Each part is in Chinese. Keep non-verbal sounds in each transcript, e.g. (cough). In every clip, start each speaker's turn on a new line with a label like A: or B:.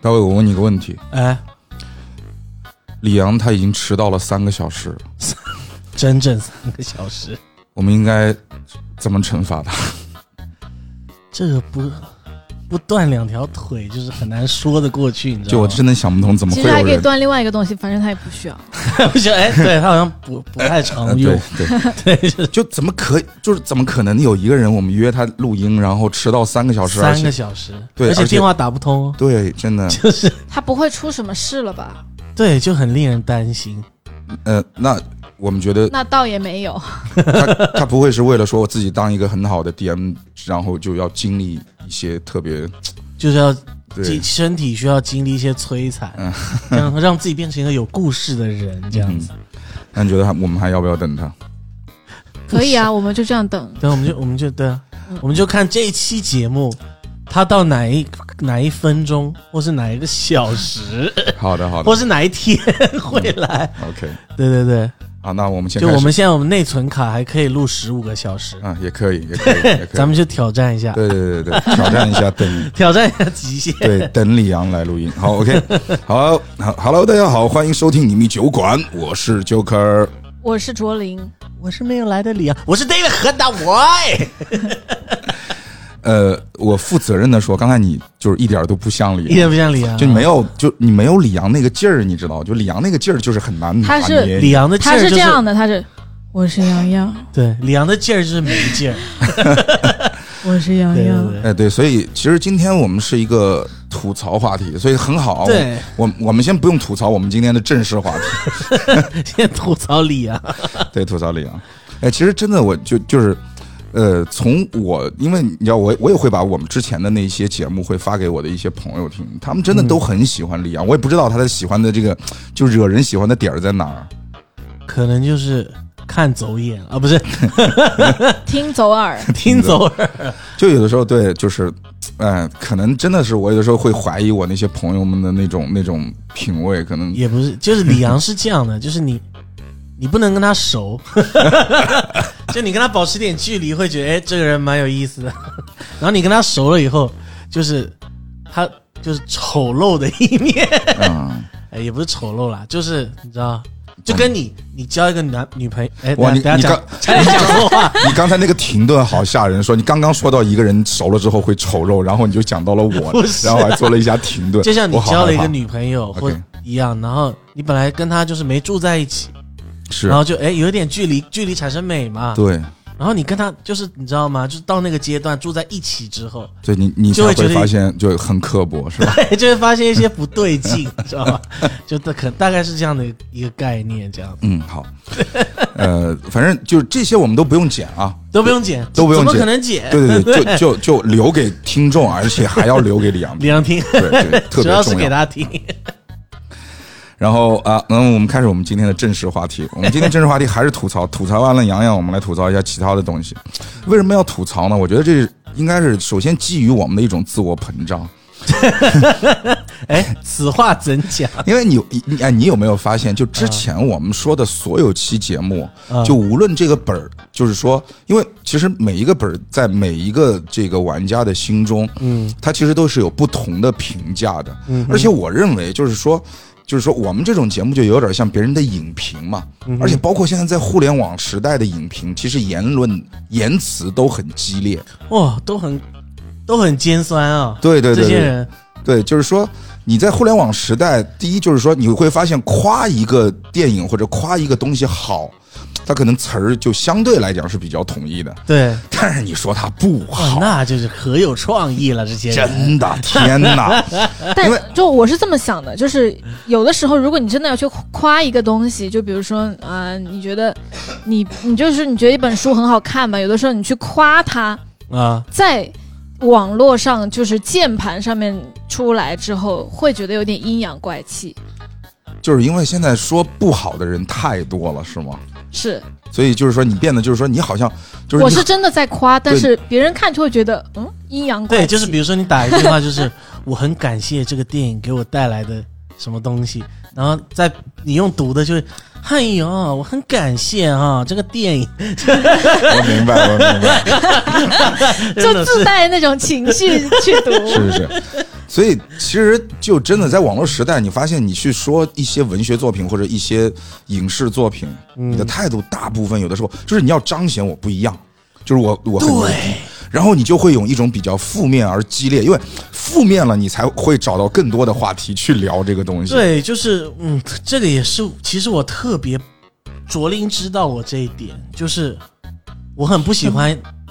A: 大卫，我问你个问题：
B: 哎，
A: 李阳他已经迟到了三个小时了，
B: 整整三个小时，
A: 我们应该怎么惩罚他？
B: 这个不不断两条腿就是很难说得过去，你知道吗？
A: 就我真的想不通，怎么
C: 其
A: 会
C: 实还
A: 有
C: 可以
A: 人？
C: 断另外一个东西，反正他也不需要。
B: 不是，哎，对他好像不不太
A: 呃 (laughs)
B: 常用
A: 对，对对，就怎么可就是怎么可能有一个人我们约他录音，然后迟到三个小时，而
B: 三个
A: 且
B: 小时，
A: 对
B: 而且
A: 而且
B: 电话打不通哦，
A: 对，真的，
B: 就是
C: 他不会出什么事了吧？
B: 对，就很令人担心。
A: 呃，那我们觉得
C: 那倒也没有，
A: 他他不会是为了说我自己当一个很好的 DM，然后就要经历一些特别
B: 就是要
A: 对
B: 经身体需要经历一些摧残，
A: 嗯
B: 这样让自己变成一个有故事的人，这样
A: 嗯
B: 子。
A: 那你觉得还我们还要不要等他？
C: 可以啊，我们就这样等。
B: 对，我们就我们就对啊
C: 嗯，
B: 我们就看这一期节目，它到哪一哪一分钟，或是哪一个小时，
A: 好的，好的
B: 或是哪一天会来。
A: ，OK。
B: 嗯对对对，
A: 好，那我们先
B: 就
A: 开始
B: 我们现在我们内存卡还可以录十五个小时，
A: 啊，也可以，也可以，也可以。
B: (laughs) 咱们就挑战一下，
A: 对对对对，对挑战一下等
B: 挑战一下极限。
A: 对等李阳来录音。好，OK，好好，Hello，大家好，欢迎收听你密酒馆，我是 Joker。
C: 我是卓林，
B: 我是没有来的理啊，我是 David 和大我哎，
A: 呃，我负责任的说，刚才你就是一点儿都不像李
B: 一
A: 阳，
B: 点不像李阳，啊
A: 就你没有，就你没有李阳那个劲儿，你知道？就李阳那个劲儿就是很难拿
C: 他是
A: 捏。
B: 李阳的劲
C: 他
B: 儿、就是
C: 这样的，他是我是洋洋，
B: 对，李阳的劲儿就是没劲儿，
C: 我是洋
B: 对
C: 洋，
B: 对对
A: 哎，对，所以其实今天我们是一个吐槽话题，所以很好。
B: 对，
A: 我我们先不用吐槽我们今天的正式话题，
B: 先吐槽李阳，
A: 对，吐槽李阳。哎，其实真的，我就就是，呃，从我，因为你知道我也，我也会把我们之前的那些节目会发给我的一些朋友听，他们真的都很喜欢李阳，我也不知道他的喜欢的这个就惹人喜欢的点儿在哪儿。
B: 可能就是看走眼
A: (laughs)
B: 啊，不是
C: 听走耳，
B: 听走耳，
A: 就有的时候，对，就是，哎、可能真的是我有的时候会怀疑我那些朋友们的那种那种品味，可
B: (laughs)
A: 能
B: 也不是，就是李阳是
A: (laughs)
B: 这样的，就是你你不能跟他熟， (laughs) 就你跟他保持点距离，会觉得哎这个人蛮有意思的， (laughs) 然后你跟他熟了以后，就是他就是丑陋的一面，
A: 嗯。
B: (laughs) 哎也不是丑陋啦，就是你知道。就跟你，你交一个男女朋友，哎，
A: 嗯哇
B: 等
A: 你
B: 下等
A: 你
B: 下讲，差点讲错
A: (laughs)
B: 话，
A: 你刚才那个停顿好吓人，说你刚刚说到一个人熟了之后会丑陋，然后你就讲到了我，
B: (laughs) 不是
A: 然后还做了一下停顿，
B: 就像你
A: 我好
B: 交了一
A: 害
B: 个
A: 怕
B: 女朋友或
A: OK
B: 一样，然后你本来跟她就是没住在一起，
A: 是
B: 然后就哎有一点距离，距离产生美嘛。
A: 对，
B: 然后你跟她就是你知道吗？就是到那个阶段住在一起之后， (laughs)
A: 对你你才
B: 就会觉
A: 会
B: 得
A: 发现就很刻薄，是
B: (laughs)
A: 吧？
B: 就会发现一些不对劲， (laughs) 你知道吧？就大可大概是这样的一个概念，这样
A: 嗯，好，呃，反正就是这些我们都不用剪啊，
B: 都不用剪，
A: 都不用
B: 怎么
A: 剪
B: 可能剪？
A: 对对
B: (laughs)
A: 对，就就就留给听众，而且还要留给李阳，
B: (laughs) 李阳听，
A: 对对，特
B: 主
A: 别
B: 要是
A: 重
B: 给
A: 要。
B: 他听。 (laughs)
A: 然后啊，嗯，我们开始我们今天的正式话
B: (laughs)
A: 题。我们今天正式话题还是吐槽，吐槽完了洋洋，我们来吐槽一下其他的东西。为什么要吐槽呢？我觉得这应该是首先基于我们的一种自我膨胀，
B: 哎，此话怎讲？
A: 因为你你哎，你有没有发现，就之前我们说的所有期节目，
B: 啊
A: 就无论这个本儿，就是说，因为其实每一个本儿在每一个这个玩家的心中，
B: 嗯，
A: 它其实都是有不同的评价的，嗯，而且我认为就是说。就是说，我们这种节目就有点像别人的影评嘛，而且包括现在在互联网时代的影评，其实言论言辞都很激烈。
B: 哇，都很都很尖酸啊！
A: 对对对
B: 这些
A: 对，
B: 人，
A: 对，就是说你在互联网时代，第一就是说你会发现夸一个电影或者夸一个东西好，它可能词儿就相对来讲是比较统一的， (laughs)
B: 对，
A: 但是你说它不
B: 哇，
A: 好，
C: 哦
B: 那就是可有创意了，这些人。
A: 真的天 (laughs) 哪！因为
C: 但就我是这么想的，就是有的时候，如果你真的要去夸一个东西，就比如说啊、你觉得你你就是你觉得一本书很好看吧，有的时候你去夸它，
B: 啊，
C: 在网络上就是键盘上面出来之后，会觉得有点阴阳怪气。
A: 就是因为现在说不好的人太多了，是吗？
C: 是，
A: 所以就是说你变得就是说你好像就是
C: 我
A: 你
C: 是真的在夸，但
A: 对
C: 是别人看就会觉得嗯阴阳怪气。
B: (laughs) 对，就是比如说你打一句话，就是 (laughs) 我很感谢这个电影给我带来的什么东西，然后在你用读的就是，哎呦，我很感谢啊，这个电影
A: 我明白，我明白，
B: 真的
C: 就是自带那种情绪去读。
A: (laughs) 是是是。所以其实就真的在网络时代，你发现你去说一些文学作品或者一些影视作品，你的态度大部分有的时候就是你要彰显我不一样，就是我我很牛逼
B: 对
A: 然后你就会有一种比较负面而激烈，因为负面了你才会找到更多的话题去聊这个东西。
B: (laughs) 对，就是嗯，这个也是，其实我特别卓林知道我这一点，就是我很不喜欢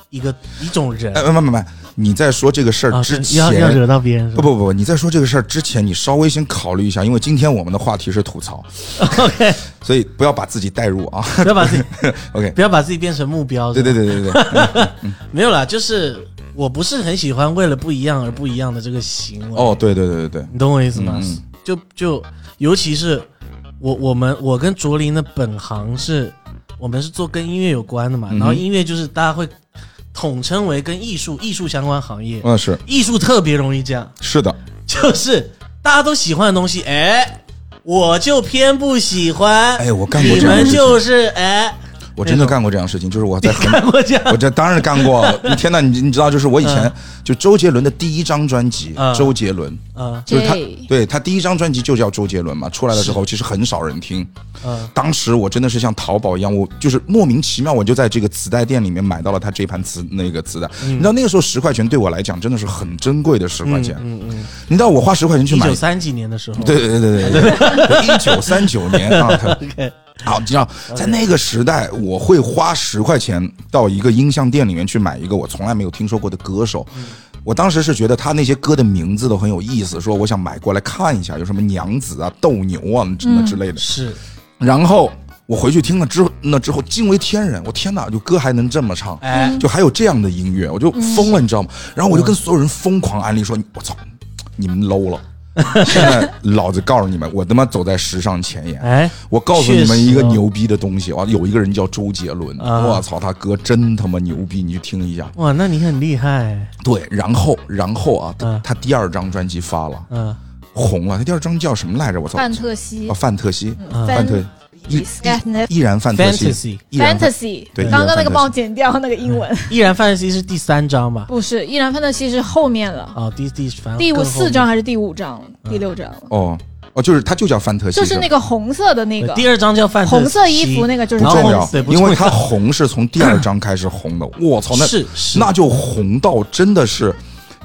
B: 一个一种人
A: 哎，哎，慢慢慢，你在说这个事
B: 啊，
A: 儿之
B: 是要要
A: 前，
B: 惹到别人是
A: 不
B: 吧
A: 不不，你在说这个事儿之前，你稍微先考虑一下，因为今天我们的话题是吐槽，
B: (laughs) ，OK，
A: 所以不要把自己带入啊。 (laughs)
B: 不要把自己
A: OK，
B: 不要把自己变成目标，是吧
A: 对对对对对，
B: 没有啦，就是我不是很喜欢为了不一样而不一样的这个行为，
A: 哦，对对对对对，
B: 你懂我意思吗？
A: 嗯
B: 就就尤其是我我们我跟卓林的本行是，我们是做跟音乐有关的嘛，
A: 嗯哼
B: 然后音乐就是大家会统称为跟艺术艺术相关行业，
A: 嗯是
B: 艺术特别容易这样， (laughs)
A: 是的，
B: 就是大家都喜欢的东西，哎。我就偏不喜欢，
A: 哎我干过
B: 你
A: 这样的事
B: 们
A: 情
B: 就是哎，
A: 我真的干过这样的事情，就是我在很
B: 干过这样
A: 我这当然干过。 (laughs) 天呐，你你知道，就是我以前
B: 嗯
A: 就周杰伦的第一张专辑
B: 嗯，
A: 周杰伦
B: 啊
A: 就是他
C: J，
A: 对他第一张专辑就叫周杰伦嘛，出来的时候其实很少人听。
B: 啊
A: 当时我真的是像淘宝一样，我就是莫名其妙我就在这个磁带店里面买到了他这盘磁那个磁带。
B: 嗯
A: 你知道那个时候十块钱对我来讲真的是很珍贵的十块钱。
B: 嗯嗯，
A: 你知道我花十块钱去
B: 一
A: 买
B: 九，三几年的时候，
A: 对对对对对，一九三九年啊，他
B: (laughs) OK，
A: 好，你知道，在那个时代，我会花十块钱到一个音像店里面去买一个我从来没有听说过的歌手。
B: 嗯
A: 我当时是觉得他那些歌的名字都很有意思，说我想买过来看一下，有什么娘子啊、斗牛啊什
B: 嗯
A: 么之类的。
B: 是
A: 然后我回去听了之后，那之后惊为天人，我天哪，就歌还能这么唱，
B: 哎，
A: 就还有这样的音乐，我就疯了，你知道吗？然后我就跟所有人疯狂安利说：“我操，你们 low 了！现在老子告诉你们，我他妈走在时尚前沿。”
B: 哎，
A: 我告诉你
B: 确
A: 们
B: 实
A: 一个
B: 哦
A: 牛逼的东西啊！有一个人叫周杰伦，
B: 啊
A: 我操，他歌真他妈牛逼，你去听一下。
B: 哇，那你很厉害，
A: 对，然后然后啊，他
B: 啊
A: 他第二张专辑发了，
B: 嗯，
A: 红了。他第二张叫什么来着？我操，
C: 范特西
A: 啊，范特西，
B: 嗯
A: 范特依
C: Fantasy
A: 依然范特西，
B: Fantasy
A: 依然范对
C: 刚刚那
A: 依然
C: 个
A: Fantasy 嗯
C: 帮我剪掉那个英文，
B: 依然 Fantasy 是第三章吧？
C: 不是依然范特西是后面了，
B: 哦，第第
A: 嗯
B: 反正
C: 第五
B: 更后面
C: 四章还是第五章了，第六章了，
A: 哦哦，就是他就叫范特西，
C: 就是那
A: 吧
C: 个红色的那
B: 对
C: 个
B: 第二章叫 Fantasy，
C: 红色衣服那个就是
A: 不
B: 然后
A: 重
C: 周
A: 要
B: 对不，重
A: 因
B: 要
A: 为他红是从第二张开始红
B: (laughs)
A: 的。我操，那
B: 是是
A: 那就红到真的是，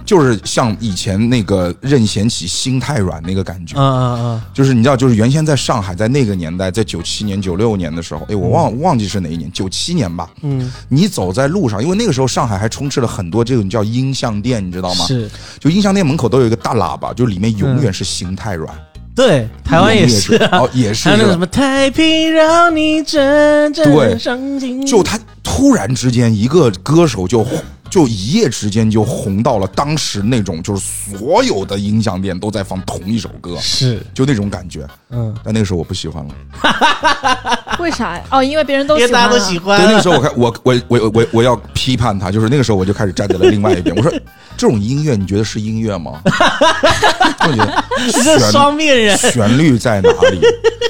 A: 就是像以前那个任贤齐心太软那个感觉
B: 嗯。嗯
A: 就是你知道，就是原先在上海，在那个年代，在九七年、九六年的时候，哎，我忘忘记是哪一年，九七年吧。
B: 嗯
A: 你走在路上，因为那个时候上海还充斥了很多这种叫音像店，你知道
B: 嗯，
A: 吗？
B: 是
A: 就音像店门口都有一个大喇叭，就里面永远是邢太软，
B: 对，嗯台湾
A: 也
B: 是啊，
A: 哦，也是
B: (laughs) 还有那个
A: 是
B: 什
A: 吧。
B: 么太平让你真
A: 对
B: 正伤心，
A: 就他突然之间，一个歌手就红就一夜之间就红到了当时那种，就是所有的音像店都在放同一首歌，
B: 是
A: 就那种感觉。
B: 嗯，
A: 但那个时候我不喜欢了。
C: 为啥呀？哦，因为别人都
B: 因为
C: 喜
B: 大
C: 欢
B: 家都
C: 啊
B: 喜欢
A: 对，那
B: 了
A: 个时候我开我我我我我要批判他，就是那个时候我就开始站在了另外一边，我说这种音乐你觉得是音乐吗？我觉
B: 你这
A: 得
B: (laughs) 是
A: 旋
B: 双
A: (laughs)
B: 面人，
A: 旋律在哪里，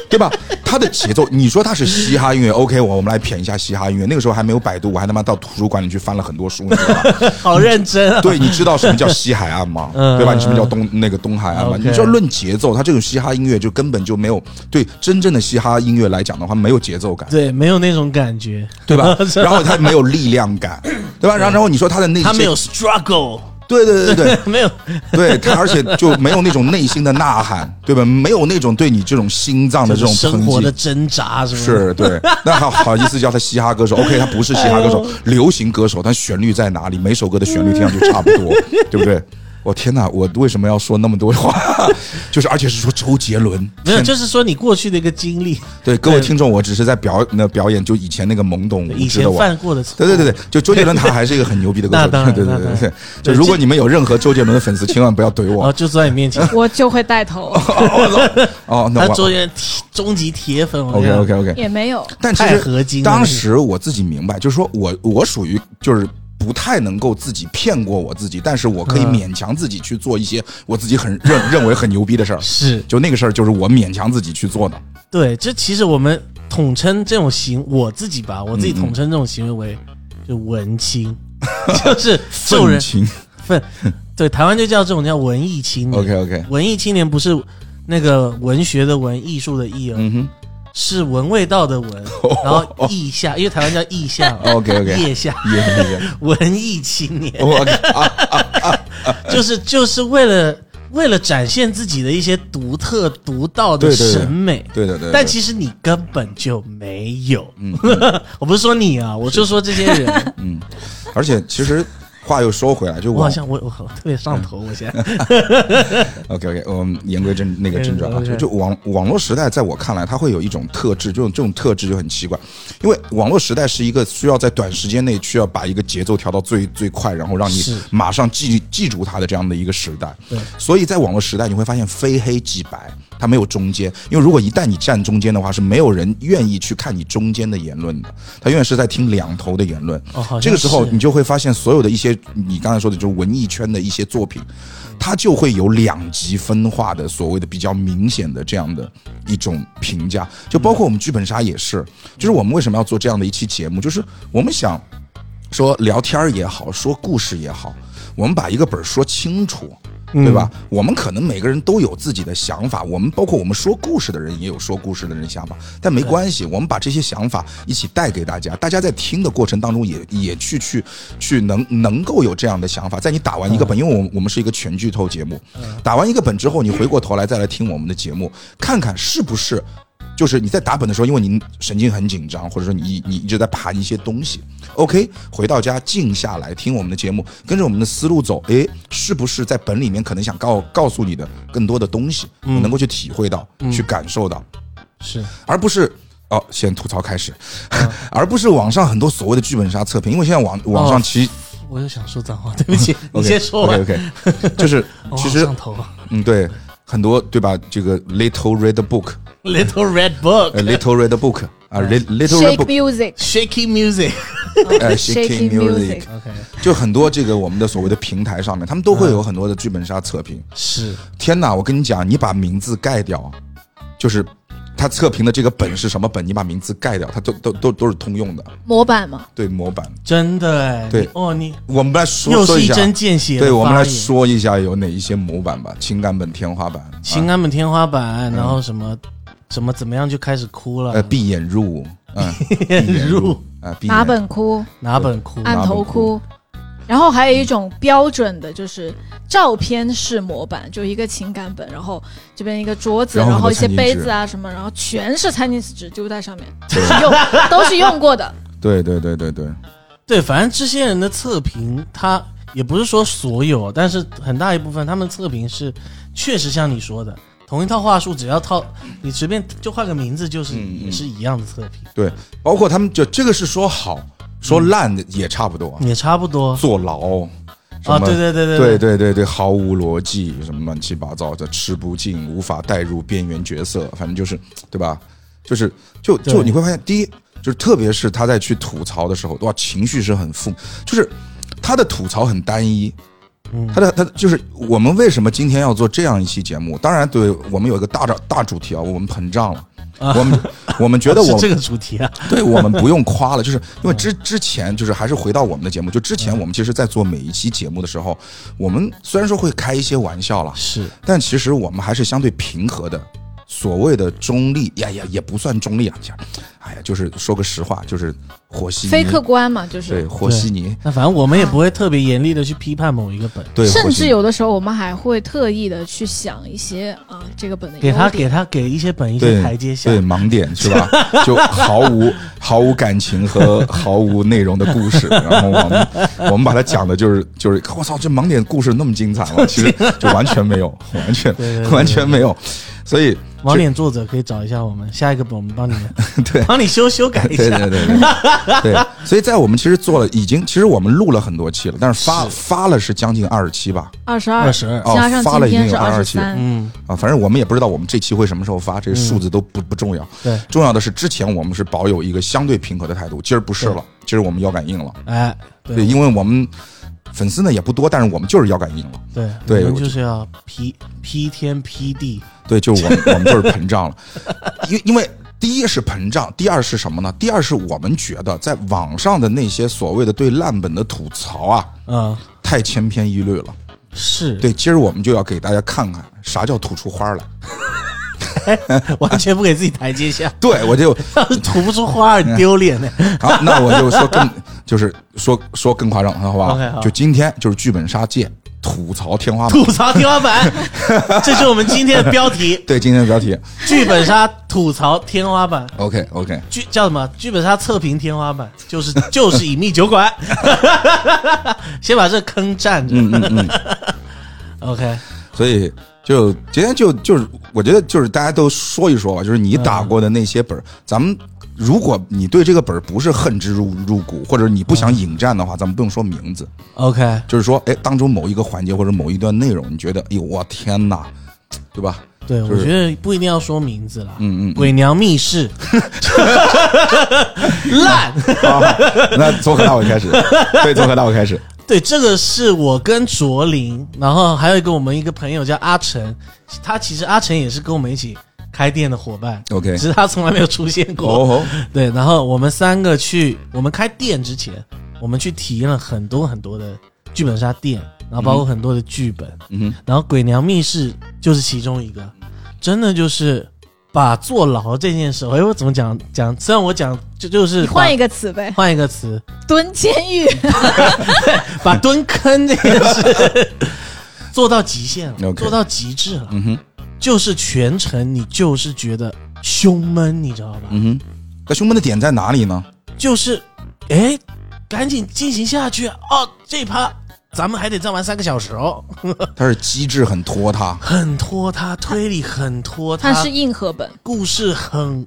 A: 对吧？它的节奏，你说它是嘻哈音乐，OK，我我们来谝一下嘻哈音乐。那个时候还没有百度，我还他妈到图书馆里去翻了很多书，你知道吧？
B: 好认真
A: (laughs)
B: 啊，
A: 对，你知道什么叫西海岸吗？
B: 嗯
A: 对吧？你什么叫东那个东海岸吗？
B: OK
A: 你知道论节奏，它这种嘻哈音乐就根本就没有对真正的嘻哈音乐来讲的话，没有节奏感。
B: (laughs) 对，没有那种感觉，
A: 对
B: (laughs)
A: 吧？然后他没有力量感，对吧？然后然后你说他的那些，
B: 他嗯没有 struggle，
A: 对对对
B: (laughs)
A: 对
B: 没有
A: 对，他而且就没有那种内心的呐喊，对吧？没有那种对你这种心脏的这种
B: 就是生活
A: 抨
B: 的
A: 击。
B: 挣扎什么的
A: 是对，那还好意思叫他嘻哈歌手？OK，他不是嘻哈歌手，流行歌手，但旋律在哪里？每首歌的旋律听上去差不多，对不对？我天哪，我为什么要说那么多话？ (laughs) 就是而且是说周杰伦，
B: 没有，
A: 天
B: 就是说你过去的一个经历，
A: 对各位
B: 对
A: 听众，我只是在表那表演，就以前那个懵懂无
B: 以
A: 知
B: 前
A: 的我，
B: 犯过的错，
A: 对对对对，就周杰伦他还是一个很牛逼的歌
B: 那 (laughs)
A: 手，
B: 当然
A: 对对
B: 那当
A: 对
B: 然
A: 对。就
B: 对
A: 如
B: 这
A: 果你们有任何周杰伦的粉
B: (laughs)
A: 丝，千万不要怼
B: 然后
A: 我。
B: 就坐在你面前，
C: 我就会带头，
A: 哦，那
B: 他
A: 我
B: 周杰伦铁终极铁粉，我跟你
A: OK
B: 讲
A: OK OK。
C: 也没有。
A: 但其
B: 太合
A: 实
B: 金了
A: 当时我自己明白，就是说我我属于就是。不太能够自己骗过我自己，但是我可以
B: 嗯
A: 勉强自己去做一些我自己很认认为很牛逼的事儿。
B: 是
A: 就那个事儿，就是我勉强自己去做的。
B: 对，这其实我们统称这种行，我自己吧，我自己
A: 嗯 (laughs)
B: 统 (laughs) 称这种行为为就文青，就是受
A: 愤
B: 人
A: 青，
B: 愤对，台湾就叫这种叫文艺青年。
A: OK OK，
B: 文艺青年不是那个文学的文，艺术的艺哦，
A: 嗯哼
B: 是闻味道
A: (laughs)
B: 的闻，然后意下，因为台湾叫意下嘛，
A: ，OK OK，
B: 腋下
A: 也也
B: 文艺青年，
A: 我啊，
B: 就是就是为了为了展现自己的一些独特独到的
A: 对对对
B: 审美。
A: 对的对的，
B: (laughs) 但其实你根本就没有，
A: 呃嗯嗯
B: (laughs) 我不是说你啊，我就说这些
A: (laughs)
B: 人，
A: 嗯，而且其实话又说回来，就
B: 我
A: 我
B: 好像我我我特别上头，我现在
A: 嗯 OK OK，我们嗯言归正那个正传啊，
B: 嗯
A: 就
B: OK
A: 就网网络时代，在我看来，它会有一种特质，这种这种特质就很奇怪，因为网络时代是一个需要在短时间内需要把一个节奏调到最最快，然后让你
B: 是
A: 马上记记住它的这样的一个时代
B: 对。
A: 所以在网络时代，你会发现非黑即白，它没有中间，因为如果一旦你站中间的话，是没有人愿意去看你中间的言论的，他永远是在听两头的言论。
B: 哦，好像
A: 这个时候
B: 是
A: 你就会发现，所有的一些你刚才说的，就是文艺圈的一些作品，它就会有两极分化的所谓的比较明显的这样的一种评价，就包括我们剧本杀也是，就是我们为什么要做这样的一期节目，就是我们想说聊天儿也好，说故事也好，我们把一个本儿说清楚。对吧？我们可能每个人都有自己的想法，我们包括我们说故事的人也有说故事的人想法，但没关系，我们把这些想法一起带给大家，大家在听的过程当中也也去去去能能够有这样的想法，在你打完一个本，因为我们我们是一个全剧透节目，打完一个本之后，你回过头来再来听我们的节目，看看是不是。就是你在打本的时候，因为你神经很紧张，或者说你你一直在盘一些东西。OK，回到家静下来听我们的节目，跟着我们的思路走，诶，是不是在本里面可能想告告诉你的更多的东西，
B: 嗯
A: 我能够去体会到、去感受到，
B: 是
A: 而不是。哦，先吐槽开始， (laughs) 而不是网上很多所谓的剧本杀测评，因为现在网网上
B: 嗯哦
A: 其
B: 我又想说脏话，对 (laughs) 不起，你
A: (laughs) OK，
B: 先说完。
A: OK
B: (laughs)
A: OK，就是
B: 我好
A: 其实
B: 上头 (laughs) 啊
A: 嗯对很多对吧？这个 Little Red Book，
B: Little Red Book、 (laughs)
A: 呃 Little Red Book 啊，Lit-
B: 嗯
A: Little Red
C: Shake
A: Book，
C: music，
B: Shaky Music，
A: 呃
C: Shaking
A: Shaking Music
C: music。
B: OK，
A: 就很多这个我们的所谓的平台上面，他们都会有很多的剧本杀测评。
B: 是
A: 天哪，我跟你讲，你把名字盖掉，啊就是他测评的这个本是什么本，你把名字盖掉，它都都都都是通用的，
C: 模板嘛，
A: 对模板。
B: 真的哎，
A: 对
B: 你哦，你
A: 我们来说
B: 又
A: 说
B: 是
A: 一
B: 一
A: 下，
B: 针见血的
A: 对
B: 发言。
A: 我们来说一下有哪一些模板吧，情感本、天花板、啊
B: 情感本天花板，然后什么怎么怎么样就开始哭了，
A: 嗯呃闭眼入伍，嗯，闭眼
B: 入
A: 伍啊，闭
C: 拿
A: 眼
C: 本哭，
B: 拿本哭，
A: 啊
C: 按头哭。然后还有一种标准的，就是照片式模板，就一个情感本，然后这边一个桌子，
A: 然后很
C: 然
A: 多
C: 后一些
A: 餐巾
C: 杯
A: 纸
C: 子啊什么，然后全是餐巾纸丢在上面，都是用 (laughs) 都是
A: (laughs)
C: 用过的。
A: 对对对对对，
B: 对，反正这些人的测评，他也不是说所有，但是很大一部分他们测评是确实像你说的，同一套话术，只要套你随便就换个名字，就是、
A: 嗯嗯
B: 也是一样的测评，
A: 对，包括他们就这个是说好说
B: 嗯
A: 烂的也差不多，啊
B: 也差不多
A: 坐牢什
B: 啊。
A: 么
B: 对对对对
A: 对对对对，毫无逻辑，什么乱七八糟的，吃不进，无法带入边缘角色，反正就是，对吧？就是就
B: 对
A: 就你会发现，第一就是特别是他在去吐槽的时候，哇，情绪是很负，就是他的吐槽很单一。
B: 嗯
A: 他的他的就是我们为什么今天要做这样一期节目？当然，对我们有一个大大大主题啊，我们膨胀了，
B: 啊
A: 我们我们觉得
B: 是
A: 我
B: 这个主
A: (laughs)
B: 题啊，
A: 对我们不用夸
C: (laughs)
A: 了，就是因为之
C: 嗯
A: 之前就是还是回到我们的节目，就之前我们其实，在做每一期节目的时候，我们虽然说会开一些玩笑了，
B: 是
A: 但其实我们还是相对平和的，所谓的中立，呀呀也不算中立啊，这样哎呀，就是说个实话，就是和稀泥，
C: 非客观嘛，就
A: 对
C: 是，
A: 和稀泥，
B: 那反正我们也不会特别严厉的去批判某一个本，
A: 对，
C: 甚
A: 和稀
C: 至
A: 泥
C: 有的时候我们还会特意的去想一些啊、这个本的
B: 给他
C: 优点
B: 给他给一些本一
A: 对
B: 些台阶下，
A: 对盲点是
B: (laughs)
A: 吧？就毫无毫无感情和毫无内容的故事，然后我们我们把它讲的就是就是我操，这盲点故事那么精彩吗？其
B: (laughs)
A: 实就完全没有，完全
B: 对对对
A: 完全没有，所以
B: 网点作者可以找一下我们，下一个本我们帮你们
A: (laughs) 对
B: 帮你修修改一
A: 对对
B: 下，
A: 对对
B: (laughs)
A: 对，所以在我们其实做了已经，其实我们录了很多期了，但是发发了是将近二十期吧，
C: 二十
B: 二
C: 二，
B: 十二，
A: 哦
C: 加上
A: 发了
C: 今
A: 已经
C: 天
A: 有
C: 是
A: 22
C: 二
A: 期
C: 十
A: 了
C: 三，
B: 嗯，
A: 啊，反正我们也不知道我们这期会什么时候发，这个数字都不不重要。
B: 对，
A: 重要的是，之前我们是保有一个相对平和的态度，今儿不是了，今儿我们腰杆硬了。
B: 哎，
A: 对，因为我们粉丝呢也不多，但是我们就是腰杆硬了。
B: 对
A: 对
B: 我
A: 我
B: 们
A: 就
B: 就是要劈劈天劈地，
A: 对，就我们我们就是膨胀了，因因为。第一是膨胀，第二是什么呢？第二是我们觉得在网上的那些所谓的对烂本的吐槽啊，
B: 嗯，
A: 太千篇一律了。
B: 是
A: 对，今儿我们就要给大家看看啥叫吐出花来。
B: (laughs) 完全不给自己台阶下， (laughs)
A: 对，我就
B: 要是吐不出花儿丢
A: (laughs)
B: 脸呢。
A: 好，那我就说更，就是说说更夸张，好不好
B: OK，好
A: 就今天就是剧本杀界吐槽天花板。
B: 吐槽天花板，这是我们今天的标题：
A: 对，今天的标题
B: 剧本杀吐槽天花板。
A: ，OK OK，
B: 剧叫什么？剧本杀测评天花板，就是就是隐秘酒馆。 (laughs) 先把这坑占着。
A: 嗯嗯
B: (laughs)
A: 嗯，
B: OK，
A: 所以就今天就就是，我觉得就是大家都说一说吧，就是你打过的那些本儿，咱们如果你对这个本儿不是恨之入入骨，或者你不想引战的话，咱们不用说名字，
B: OK，
A: 就是说，哎，当中某一个环节或者某一段内容，你觉得，哎呦，我天哪，对吧？
B: 对，
A: 就是
B: 我觉得不一定要说名字啦。 (laughs)
A: 嗯嗯嗯
B: 鬼娘
A: (laughs)
B: 密室，烂。
A: 好，那从何大伟开始，对，从何大伟开始，
B: 对，这个是我跟卓林，然后还有一个我们一个朋友叫阿成，他其实阿成也是跟我们一起开店的伙伴
A: OK
B: 只是他从来没有出现过。
A: 哦
B: 对，然后我们三个去，我们开店之前，我们去体验了很多很多的剧本杀店，然后包括很多的剧本，
A: 嗯
B: 然后鬼娘密室就是其中一个，真的就是把坐牢这件事，哎，我怎么讲讲？虽然我讲就嗯就是
C: 你换一
B: 个
C: 个词呗，
B: 换一个词，
C: 蹲监狱。
B: 把蹲坑这件事做到极限了，
A: (laughs) OK
B: 做到极致了，
A: 嗯哼，
B: 就是全程你就是觉得胸闷，你知道吧？
A: 嗯哼，那胸闷的点在哪里呢？
B: 就是，哎，赶紧进行下去哦，这一趴咱们还得再玩三个小时哦，
A: 它是机制很拖沓，
B: 很拖沓，推理很拖沓，
C: 它是硬核本，
B: 故事很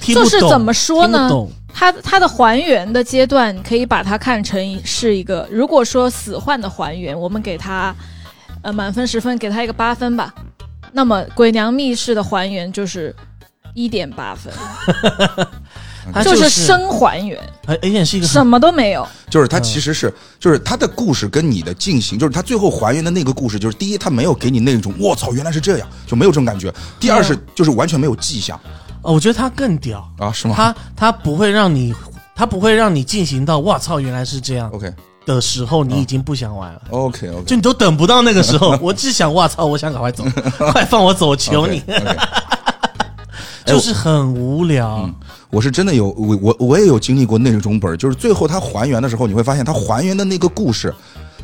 B: 听不懂，
C: 就是怎么说呢
B: 听不？懂，
C: 它它的还原的阶段，可以把它看成是一个，如果说死幻的还原，我们给它，呃，满分十分，给它一个八分吧。那么鬼娘密室的还原就是一点八分，
B: 它
C: 就是是，生还原，
B: 而而且哎是一个很
C: 什么都没有。
A: 就是它其实是，就是它的故事跟你的进行，就是它最后还原的那个故事，就是第一，它没有给你那种我操原来是这样，就没有这种感觉；第二是就是完全没有迹象
B: 哦，我觉得它更屌，
A: 啊，是吗
B: 它它不会让你，它不会让你进行到哇操原来是这样
A: ？OK
B: 的时候，
A: 嗯
B: 你已经不想玩了。
A: OK OK，
B: 就你都等不到那个时
A: (laughs)
B: 候，我只想哇操！我想赶快走， (laughs) 快放我走，求你！
A: (laughs) OK，哎
B: 就是很无聊。
A: 我是真的有我我我也有经历过那种本儿，就是最后它还原的时候，你会发现它还原的那个故事，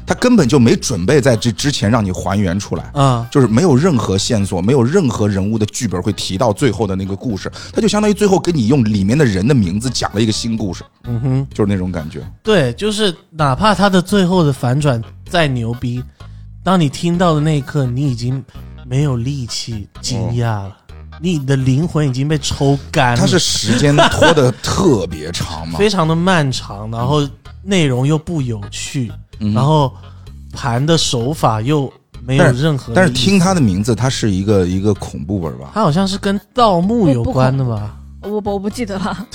A: 它根本就没准备在这之前让你还原出来。嗯
B: 啊，
A: 就是没有任何线索，没有任何人物的剧本会提到最后的那个故事，它就相当于最后给你用里面的人的名字讲了一个新故事，
B: 嗯哼，
A: 就是那种感觉。
B: 对，就是哪怕他的最后的反转再牛逼，当你听到的那一刻，你已经没有力气惊讶了，你的灵魂已经被抽
A: (laughs)
B: 干了，
A: 哦它是时间拖得特别长
B: (laughs)
A: 嘛，
B: 非常的漫长，然后内容又不有趣，
A: 嗯
B: 然后盘的手法又没有
A: 但是
B: 任何的
A: 但是
B: 意
A: 听
B: 思
A: 它的名字，它是一个一个恐怖本吧？
B: 它好像是跟盗墓有关的吧？
C: 我我不记得了，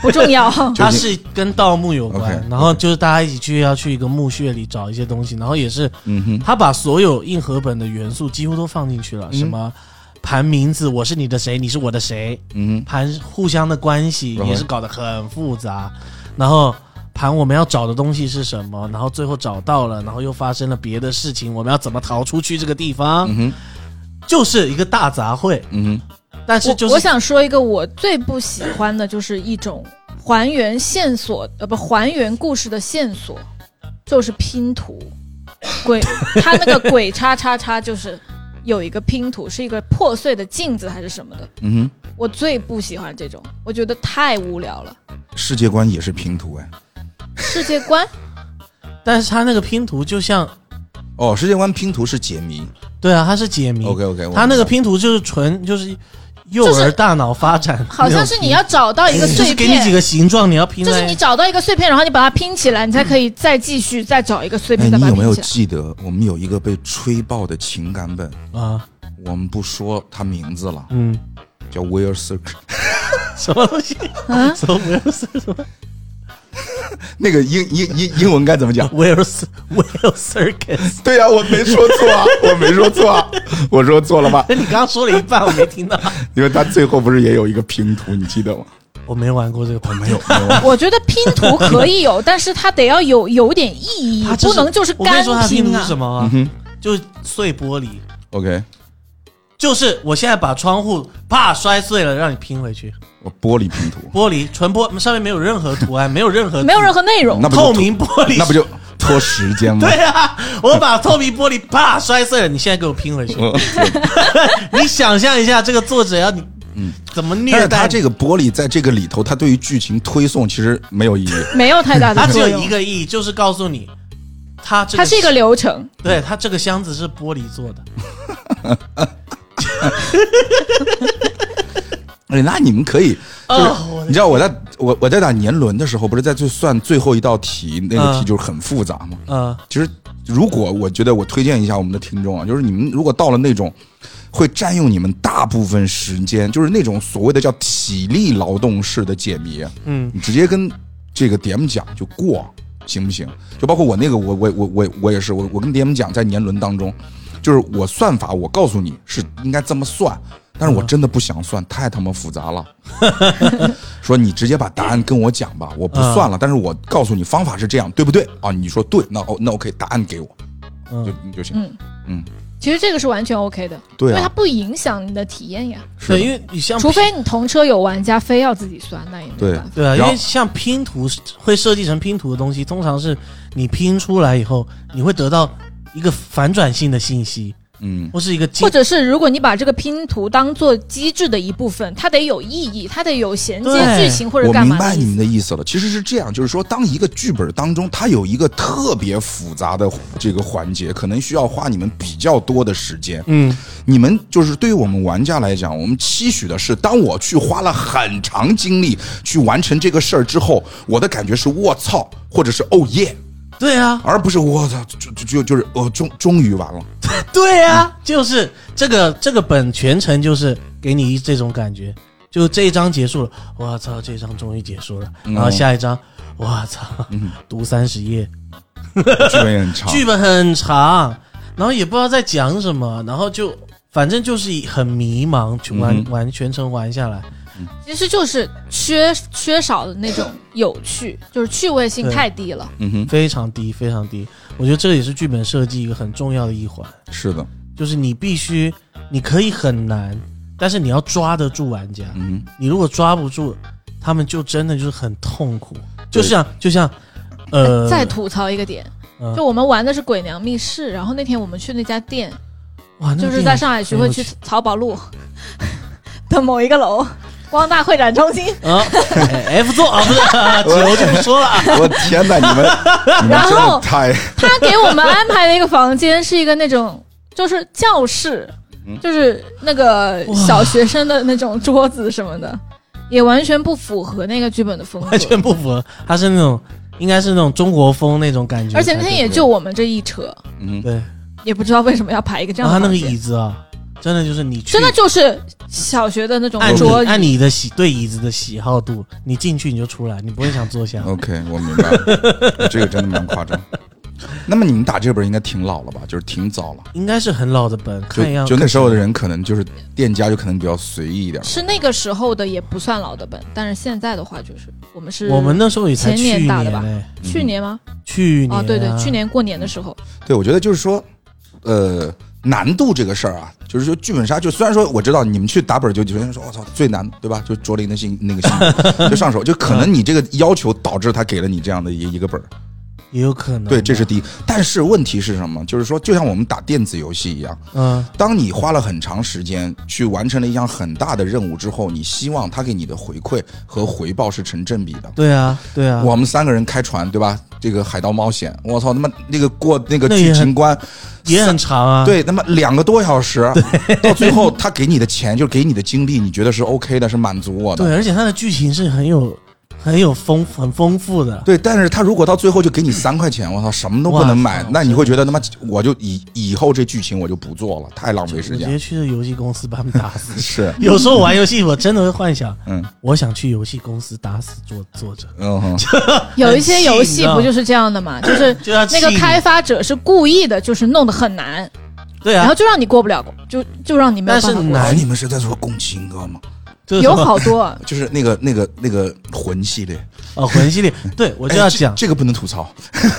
C: 不重
B: (laughs)
C: 要。
A: 就
B: 它
A: 是
B: 是跟盗墓有关
A: OK，
B: 然后就是大家一起去要去一个墓穴里找一些东西，然后也是
A: 嗯哼，
B: 他把所有硬核本的元素几乎都放进去了，
A: 嗯
B: 什么盘名字，我是你的谁，你是我的谁，
A: 嗯
B: 盘互相的关系
A: 然后
B: 也是搞得很复杂，然后盘我们要找的东西是什么，然后最后找到了，然后又发生了别的事情，我们要怎么逃出去这个地
A: 哼，
B: 方，
A: 嗯哼，
B: 就是一个大杂烩。
A: 嗯
B: 但是就
C: 我我
B: 是
C: 想说一个我最不喜欢的就是一种还原线索，呃，不还原故事的线索，就是拼图。鬼，他那个鬼叉叉叉就是有一个拼图，是一个破碎的镜子还是什么的，
A: 哼，嗯
C: 我最不喜欢这种，我觉得太无聊了。
A: 哼，世界观也是拼图哎。
C: 世界
B: (laughs)
C: 观，
B: 但是他那个拼图就像，
A: 哦，世界观拼图是解谜。
B: 对啊，它是解谜。
A: OK OK，
B: 他那个拼图就是纯就是幼
C: 就
B: 儿
C: 是
B: 大脑发展，
C: 好像是你要找到一
B: (laughs)
C: 个
B: 就是
C: 碎
B: 给你几
C: 片。
B: 个形状，你要拼
C: 就是你
B: 在。
C: 找到一个碎片，然后你把它拼起来，你才可以再继续再找一个碎
A: 哎，
C: 片再
A: 你
C: 把它
A: 有没
C: 拼
A: 有
C: 起来。
A: 记得我们有一个被吹爆的情感本？
B: 啊，
A: 我们不说他名字了，
B: 嗯，
A: 叫 Weird Circle。 (laughs)
B: 什么东西？(laughs)
C: 嗯
B: 什么威尔斯？什么
A: 那个英英英英文该怎么 (laughs) 讲？
B: 威尔斯？威尔 circus？ (laughs)
A: 对呀、我没说错啊，我没说错啊，我说错了吧？
B: 你刚刚说了一半，我没听到。
A: 因为他最后不是也有一个拼图，你记得吗？
B: 我没玩过这个朋
A: 没
B: 友，
A: 有，没有。
B: (laughs)
C: 我觉得拼图可以有，但是它得要有有点意义
B: 啊它，就是
C: 不能就是
B: 我跟
C: 干
B: 你说，他拼
C: 拼
B: 图
A: 嗯
C: 啊
B: 是。什么啊？就是碎玻璃，
A: OK，
B: 就是我现在把窗户啪摔碎了，让你拼回去，
A: 我玻璃拼图，
B: 玻璃纯玻上面没有任何图案，没有任何
C: 没有任
B: 何
C: 何内容
A: 那。不就
B: 透明玻璃，
A: 那不就拖时间吗？
B: (laughs) 对啊，我把透明玻璃啪摔碎了，你现在给我拼回去。
A: 我
B: (laughs) 你想象一下，这个作者要你怎么
A: 嗯但
B: 虐
A: 是
B: 待
A: 他
B: 你？
A: 这个玻璃在这个里头，它对于剧情推送其实没有意义。
C: 没有太
A: (laughs)
C: 大的
B: 它只
C: 作
B: 有
C: 用
B: 一。个意义，就是告诉你，它这个
C: 它是一个流程，
B: 对它这个箱子是玻璃做的，
A: 哎，那你们可以，就是、
B: 哦我的
A: 你知道我在我我在打年轮的时候，不是在最算最后一道题，那个题
B: 嗯
A: 就是很复杂嘛。
B: 嗯
A: 其实如果我觉得我推荐一下我们的听众啊，就是你们如果到了那种会占用你们大部分时间，就是那种所谓的叫体力劳动式的解谜，
B: 嗯
A: 你直接跟这个 DM 讲就过，行不行？就包括我那个，我我我我我也是，我我跟 DM 讲，在年轮当中，就是我算法，我告诉你是应该这么算，但是我真的不想算，太他妈复杂了。说你直接把答案跟我讲吧，我不算了，但是我告诉你方法是这样，对不对啊？你说对，那哦那 OK，答案给我就
B: 嗯，
A: 就行。
C: 嗯
A: 嗯，
C: 其实这个是完全 OK 的，
A: 对
C: 因为它
A: 啊，
C: 不影响你的体验呀。
A: 是
B: 对，
A: 的
B: 因为你像
C: 除非你同车有玩家非要自己算，那也没
A: 对
C: 办法。
B: 对啊，因
A: 然
B: 为
A: 后
B: 像拼图会设计成拼图的东西，通常是你拼出来以后，你会得到一个反转性的信息，
A: 嗯，
B: 或是一个进
C: 或者是如果你把这个拼图当做机制的一部分，它得有意义，它得有衔接
B: 对
C: 剧情或者
A: 我
C: 干
A: 明
C: 嘛
A: 白
C: 的
A: 你
C: 意
A: 们
C: 思。
A: 的意思了，其实是这样，就是说，当一个剧本当中，它有一个特别复杂的这个环节，可能需要花你们比较多的时间。
B: 嗯
A: 你们就是对于我们玩家来讲，我们期许的是，当我去花了很长精力去完成这个事儿之后，我的感觉是我操，或者是哦耶，
B: 对啊
A: 而不是我操，就就就就是哦终终于完了。
B: 对啊，就是这个这个本全程就是给你这种感觉。就这一章结束了，我操，这一章终于结束了。
A: 嗯
B: 然后下一章，我操，读三十页，
A: 剧本也很长，
B: (laughs) 剧本很长，然后也不知道在讲什么，然后就反正就是很迷茫，去玩、
A: 嗯哼
B: 玩全程玩下来，
C: 其实就是缺缺少的那种有趣，就是趣味性
B: 对
C: 太低了。
A: 嗯哼，
B: 非常低，非常低。我觉得这也是剧本设计一个很重要的一环，
A: 是的，
B: 就是你必须，你可以很难，但是你要抓得住玩家。
A: 嗯
B: 你如果抓不住，他们就真的就是很痛苦，就
A: 对
B: 像就像，呃，
C: 再吐槽一个点，
B: 嗯
C: 就我们玩的是鬼娘密室，然后那天我们去那家店，
B: 哇，嗯那
C: 就是
B: 电
C: 在
B: 影
C: 上海徐汇区
B: 很
C: 漕宝路 (laughs) 的某一个楼，光大会展中
B: (laughs)
C: 心。
B: 啊、哎 f 座啊，不是 (laughs) 啊，我就不说了啊，
A: 哼，我天哪，你们你们真
C: 然
A: 的
C: 后 (laughs)
A: 太
C: 他给我们安排的一个房间是一个那种就是教室，
B: 嗯
C: 就是那个小学生的那种桌子什么的，也完全不符合那个剧本的风格
B: 完。全不符合，他是那种应该是那种中国风那种感觉才对，
C: 而且那天也就我们这一车，
A: 嗯哼
B: 对，
C: 也不知道为什么要排一个这
B: 然
C: 样
B: 后
C: 的
B: 他那
C: 房
B: 个
C: 间。
B: 椅子啊，真的就是你去
C: 真的就是小学的那种
B: 按
C: 桌
B: 你
C: 椅，
B: 按你的喜对椅子的喜好度，你进去你就出来，你不会想坐下。
A: ，OK，我明白了， (laughs) 这个真的蛮夸张。那么你们打这本应该挺老了吧？就是挺早了。
B: 应该是很老的本，看样
A: 就就那时候的人，可能就是店家就可能比较随意一点。
C: 是那个时候的也不算老的本，但是现在的话就是我们是
B: 我们那时候也才去
C: 前年
B: 年
C: 打的吧
B: 嘞，
C: 去年吗？
B: 去年
C: 哦，
B: 啊
C: 对对，去年过年的时候，
A: 对，我觉得就是说，呃，难度这个事儿啊，就是说剧本杀，就虽然说我知道你们去打本就有人说哦我操最难，对吧？就卓林的心那个心理就上手，就可能你这个要求导致他给了你这样的一一个本儿，
B: 也有可能吧。啊
A: 对，这是第一。但是问题是什么？就是说，就像我们打电子游戏一样，
B: 嗯
A: 当你花了很长时间去完成了一项很大的任务之后，你希望他给你的回馈和回报是成正比的。
B: 对啊对啊，
A: 我们三个人开船，对吧？这个海盗冒险，我操，他妈那个过那个
B: 那也
A: 剧
B: 很
A: 情关，
B: 也很长啊。
A: 对，那么两个多小时，
B: (laughs)
A: 到最后他给你的钱就给你的金币，你觉得是 OK 的，是满足我的。
B: 对，而且它的剧情是很有很有丰很丰富的。
A: 对但是他如果到最后就给你三块钱，我操，什么都不能买
B: 哇，
A: 那你会觉得他妈我就以以后这剧情我就不做了，太浪费时
B: 我直接
A: 间。
B: 去这游戏公司把他们打
A: (laughs)
B: 死。
A: 是，
B: 有时候玩游戏，我真的会幻想，
A: 嗯
B: 我想去游戏公司打死作作者，
A: 嗯哼，
C: 有一些游戏不就是这样
B: (coughs)
C: 的嘛，就是
B: 就要
C: 那个
B: 气你
C: 开发者是故意的，就是弄得很难，
B: 对
C: 然
B: 啊
C: 后，就让你过不了，就就让你没有办法
B: 但是
A: (laughs)
C: 过。
B: 难 (laughs)
A: 哎，你们是在说共情哥吗？
B: 这是
C: 有
B: 什么
C: 好
B: (laughs)
C: 多，
A: 就是那个那个那个魂系列，
B: 哦，魂系列，对我就要讲
A: (laughs) 哎这这个不能吐槽，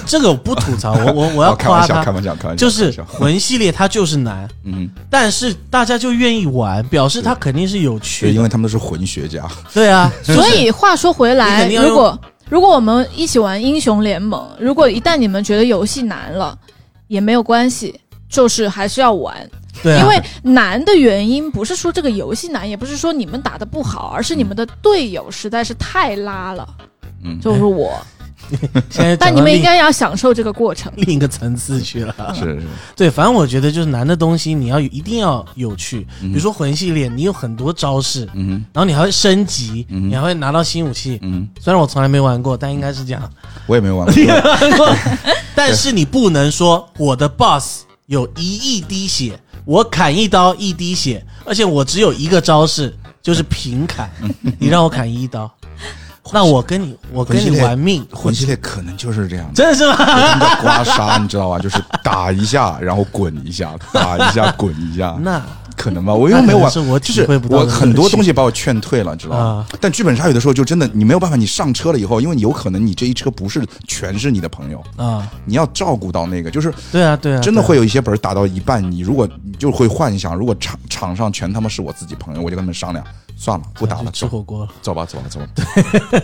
B: 这个，我不吐槽，我我我
A: 我
B: 要
A: 开玩
B: 夸
A: 笑，开
B: 他，
A: 玩笑，开玩笑，
B: 就是
A: 开玩笑
B: 魂系列它就是难，
A: 嗯，
B: 但是大家就愿意玩，表示它肯定是有
A: 对，
B: 趣
A: 因
B: 的，
A: 为他们都是魂学家，
B: 对啊， (laughs)
C: 所以话说回
B: 你
C: 来，
B: 肯定要
C: 如果如果我们一起玩英雄联盟，如果一旦你们觉得游戏难了，也没有关系，就是还是要玩，
B: 对啊，
C: (laughs) 因为
B: (laughs)
C: 难的原因不是说这个游戏难，也不是说你们打的不好，而是你们的队友实在是太拉了，
A: 嗯，
C: 就是我。
B: 哎现在讲到
C: 但你们
B: 另
C: 应该要享受这个过程。
B: 另一个层次去 (laughs) 了。
A: 是是，
B: 对，反正我觉得就是难的东西，你要有一定要有趣。
A: 嗯
B: 比如说魂系列，你有很多招式，
A: 嗯
B: 然后你还会升级，
A: 嗯
B: 你还会拿到新武器。
A: 嗯，
B: 虽然我从来没玩过，但应该是这样。
A: 我也没
B: (laughs)
A: 玩过，
B: 玩过，但是你不能说我的 boss 有一亿滴血，我砍一刀一滴血，而且我只有一个招式，就是平砍。你让我砍一刀，
A: (laughs)
B: 那我跟你我跟
A: 魂系
B: 你
A: 列
B: 玩命，
A: 魂系列可能就是这样的。
B: (laughs) 真的是吗？
A: 真的刮痧，你知道吧？就是打一下，然后滚一下，打一下，滚一下，
B: (laughs) 那
A: 可能吧？我因为没有
B: 那
A: 玩，
B: 可能是我
A: 就
B: 体
A: 是
B: 会不到
A: 我
B: 的
A: 很
B: 乐
A: 多
B: 趣
A: 东西把我劝退了，知道吗
B: 啊？
A: 但剧本杀有的时候就真的你没有办法，你上车了以后，因为你有可能你这一车不是全是你的朋友，
B: 啊，
A: 你要照顾到那个，就是
B: 对啊，对啊，
A: 真的
B: 对啊
A: 会有一些本儿打到一半，你如果你就会幻想，如果场场上全他妈是我自己朋友，我就跟他们商量，算了，不打
B: 去
A: 了，
B: 吃
A: 走
B: 火锅了。
A: 走吧，走吧，走吧。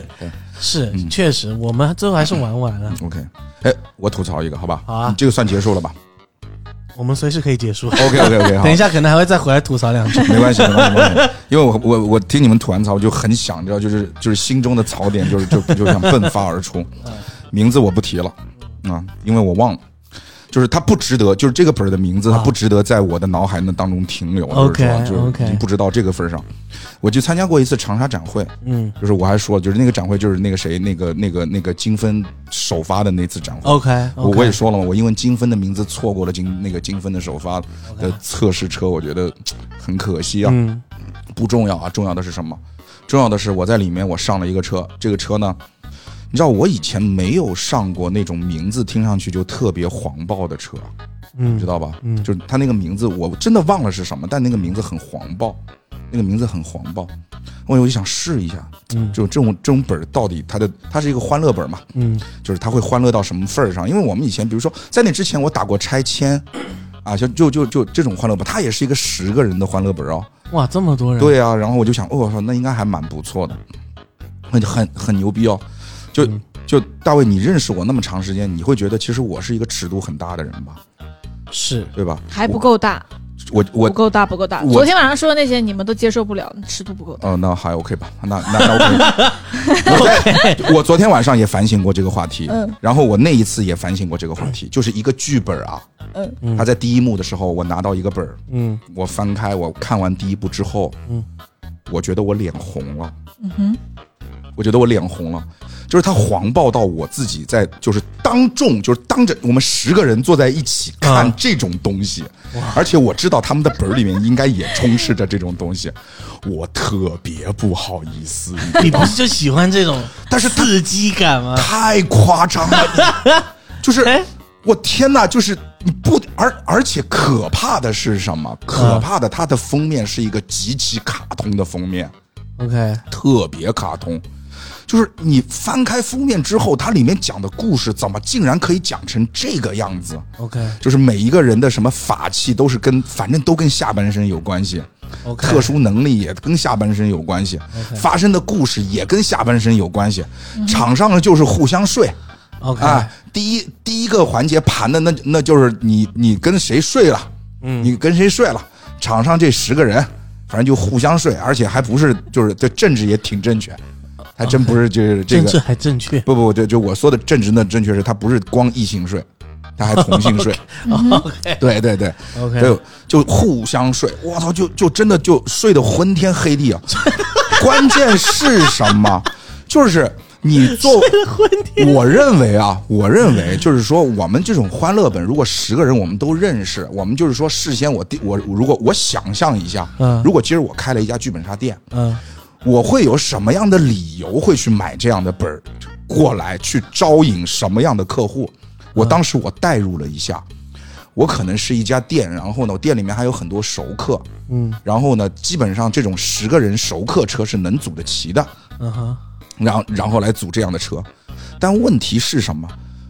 B: 是，
A: 嗯
B: 确实，我们最后还是玩完了，
A: (laughs) OK，哎，我吐槽一个，好吧？
B: 好啊
A: 这个算结束了吧
B: 我们随时可以结 (laughs) 束。
A: ？OK OK OK，好
B: 等一。下可能还会再回来吐槽两
A: (laughs)
B: 句。
A: 没关系，没关系，没关系。因为我我我听你们吐完槽，我就很想知道，就是就是心中的槽点，就是就就
B: (laughs)
A: 想迸发而出。名字我不提了啊，因为我忘了。就是它不值得，就是这个本儿的名字，它
B: 啊
A: 不值得在我的脑海那当中停留。就是说
B: OK，
A: 就是已经
B: OK
A: 不知道这个份儿上。我去参加过一次长沙展会，
B: 嗯
A: 就是我还说，就是那个展会，就是那个谁，那个那个那个金分首发的那次展会。
B: ，OK，
A: 我我也说了嘛，我因为金分的名字错过了金那个金分的首发的测试车，我觉得很可惜啊。
B: 嗯
A: 不重要啊，重要的是什么？重要的是我在里面我上了一个车，这个车呢，你知道我以前没有上过那种名字听上去就特别黄暴的车，
B: 嗯
A: 知道吧？
B: 嗯
A: 就是它那个名字我真的忘了是什么，但那个名字很黄暴，那个名字很黄暴，我我就想试一下，
B: 嗯
A: 就这种这种本儿到底它的它是一个欢乐本嘛，
B: 嗯
A: 就是他会欢乐到什么份儿上？因为我们以前，比如说在那之前，我打过拆迁，啊，就就就就这种欢乐本，它也是一个十个人的欢乐本哦。
B: 哇，这么多人，
A: 对啊，然后我就想，哦，我说那应该还蛮不错的，很很很牛逼哦。就
B: 嗯
A: 就大卫，你认识我那么长时间，你会觉得其实我是一个尺度很大的人吧，
B: 是
A: 对吧？
C: 还不够大，
A: 我
C: 不
A: 我
C: 够大，不够大。
A: 我
C: 昨天晚上说的那些你们都接受不了，尺度不够大。
A: 哦，那还 OK 吧？那那那 OK。我
C: (laughs)
A: 在我昨天晚上也反省过这个话题，
C: 嗯
A: 然后我那一次也反省过这个话题，就是一个剧本啊，
C: 嗯
B: 嗯
A: 他在第一幕的时候，我拿到一个本儿，
B: 嗯
A: 我翻开，我看完第一部之后，
B: 嗯
A: 我觉得我脸红了，
C: 嗯哼，
A: 我觉得我脸红了，就是他黄暴到我自己在，就是当众，就是当着我们十个人坐在一起看
B: 啊
A: 这种东西，而且我知道他们的本儿里面应该也充斥着这种东西，我特别不好意思，你 (laughs)
B: 你不是就喜欢这种
A: 但是他
B: 刺激感吗？
A: 太夸张了，
B: (laughs)
A: 就是
B: 哎，
A: 我天呐，就是你不，而而且可怕的是什
B: 嗯
A: 么？可怕的，它的封面是一个极其卡通的封面，
B: OK，
A: 特别卡通。就是你翻开封面之后，它里面讲的故事怎么竟然可以讲成这个样子？
B: OK
A: 就是每一个人的什么法器都是跟，反正都跟下半身有关系，
B: OK，
A: 特殊能力也跟下半身有关系，发生的故事也跟下半身有关系。
B: 嗯
A: 场上呢就是互相睡，
B: OK，
A: 啊，第一第一个环节盘的那那就是你你跟谁睡了，
B: 嗯
A: 你跟谁睡了？场上这十个人，反正就互相睡，而且还不是就是对政治也挺正确，还真不是就是这
B: 政治
A: 个
B: 还啊正确。
A: 不不，就就我说的政治那正确是，他不是光异性睡，他还同性
B: (laughs)
A: 睡，
B: OK
A: 对对对，
B: OK，
A: 就就互相睡，我操，就就真的就睡得昏天黑地
B: (laughs)
A: 啊！关键是什么？就是你做我认为啊，我认为就是说，我们这种欢乐本，如果十个人我们都认识，我们就是说，事先我第我如果我想象一下，
B: 嗯
A: 如果今儿我开了一家剧本杀店，
B: 嗯，
A: 我会有什么样的理由会去买这样的本儿过来去招引什么样的客户？我当时我代入了一下，我可能是一家店，然后呢，我店里面还有很多熟客，
B: 嗯
A: 然后呢，基本上这种十个人熟客车是能组得齐的，
B: 嗯哼，
A: 然后然后来组这样的车。但问题是什么？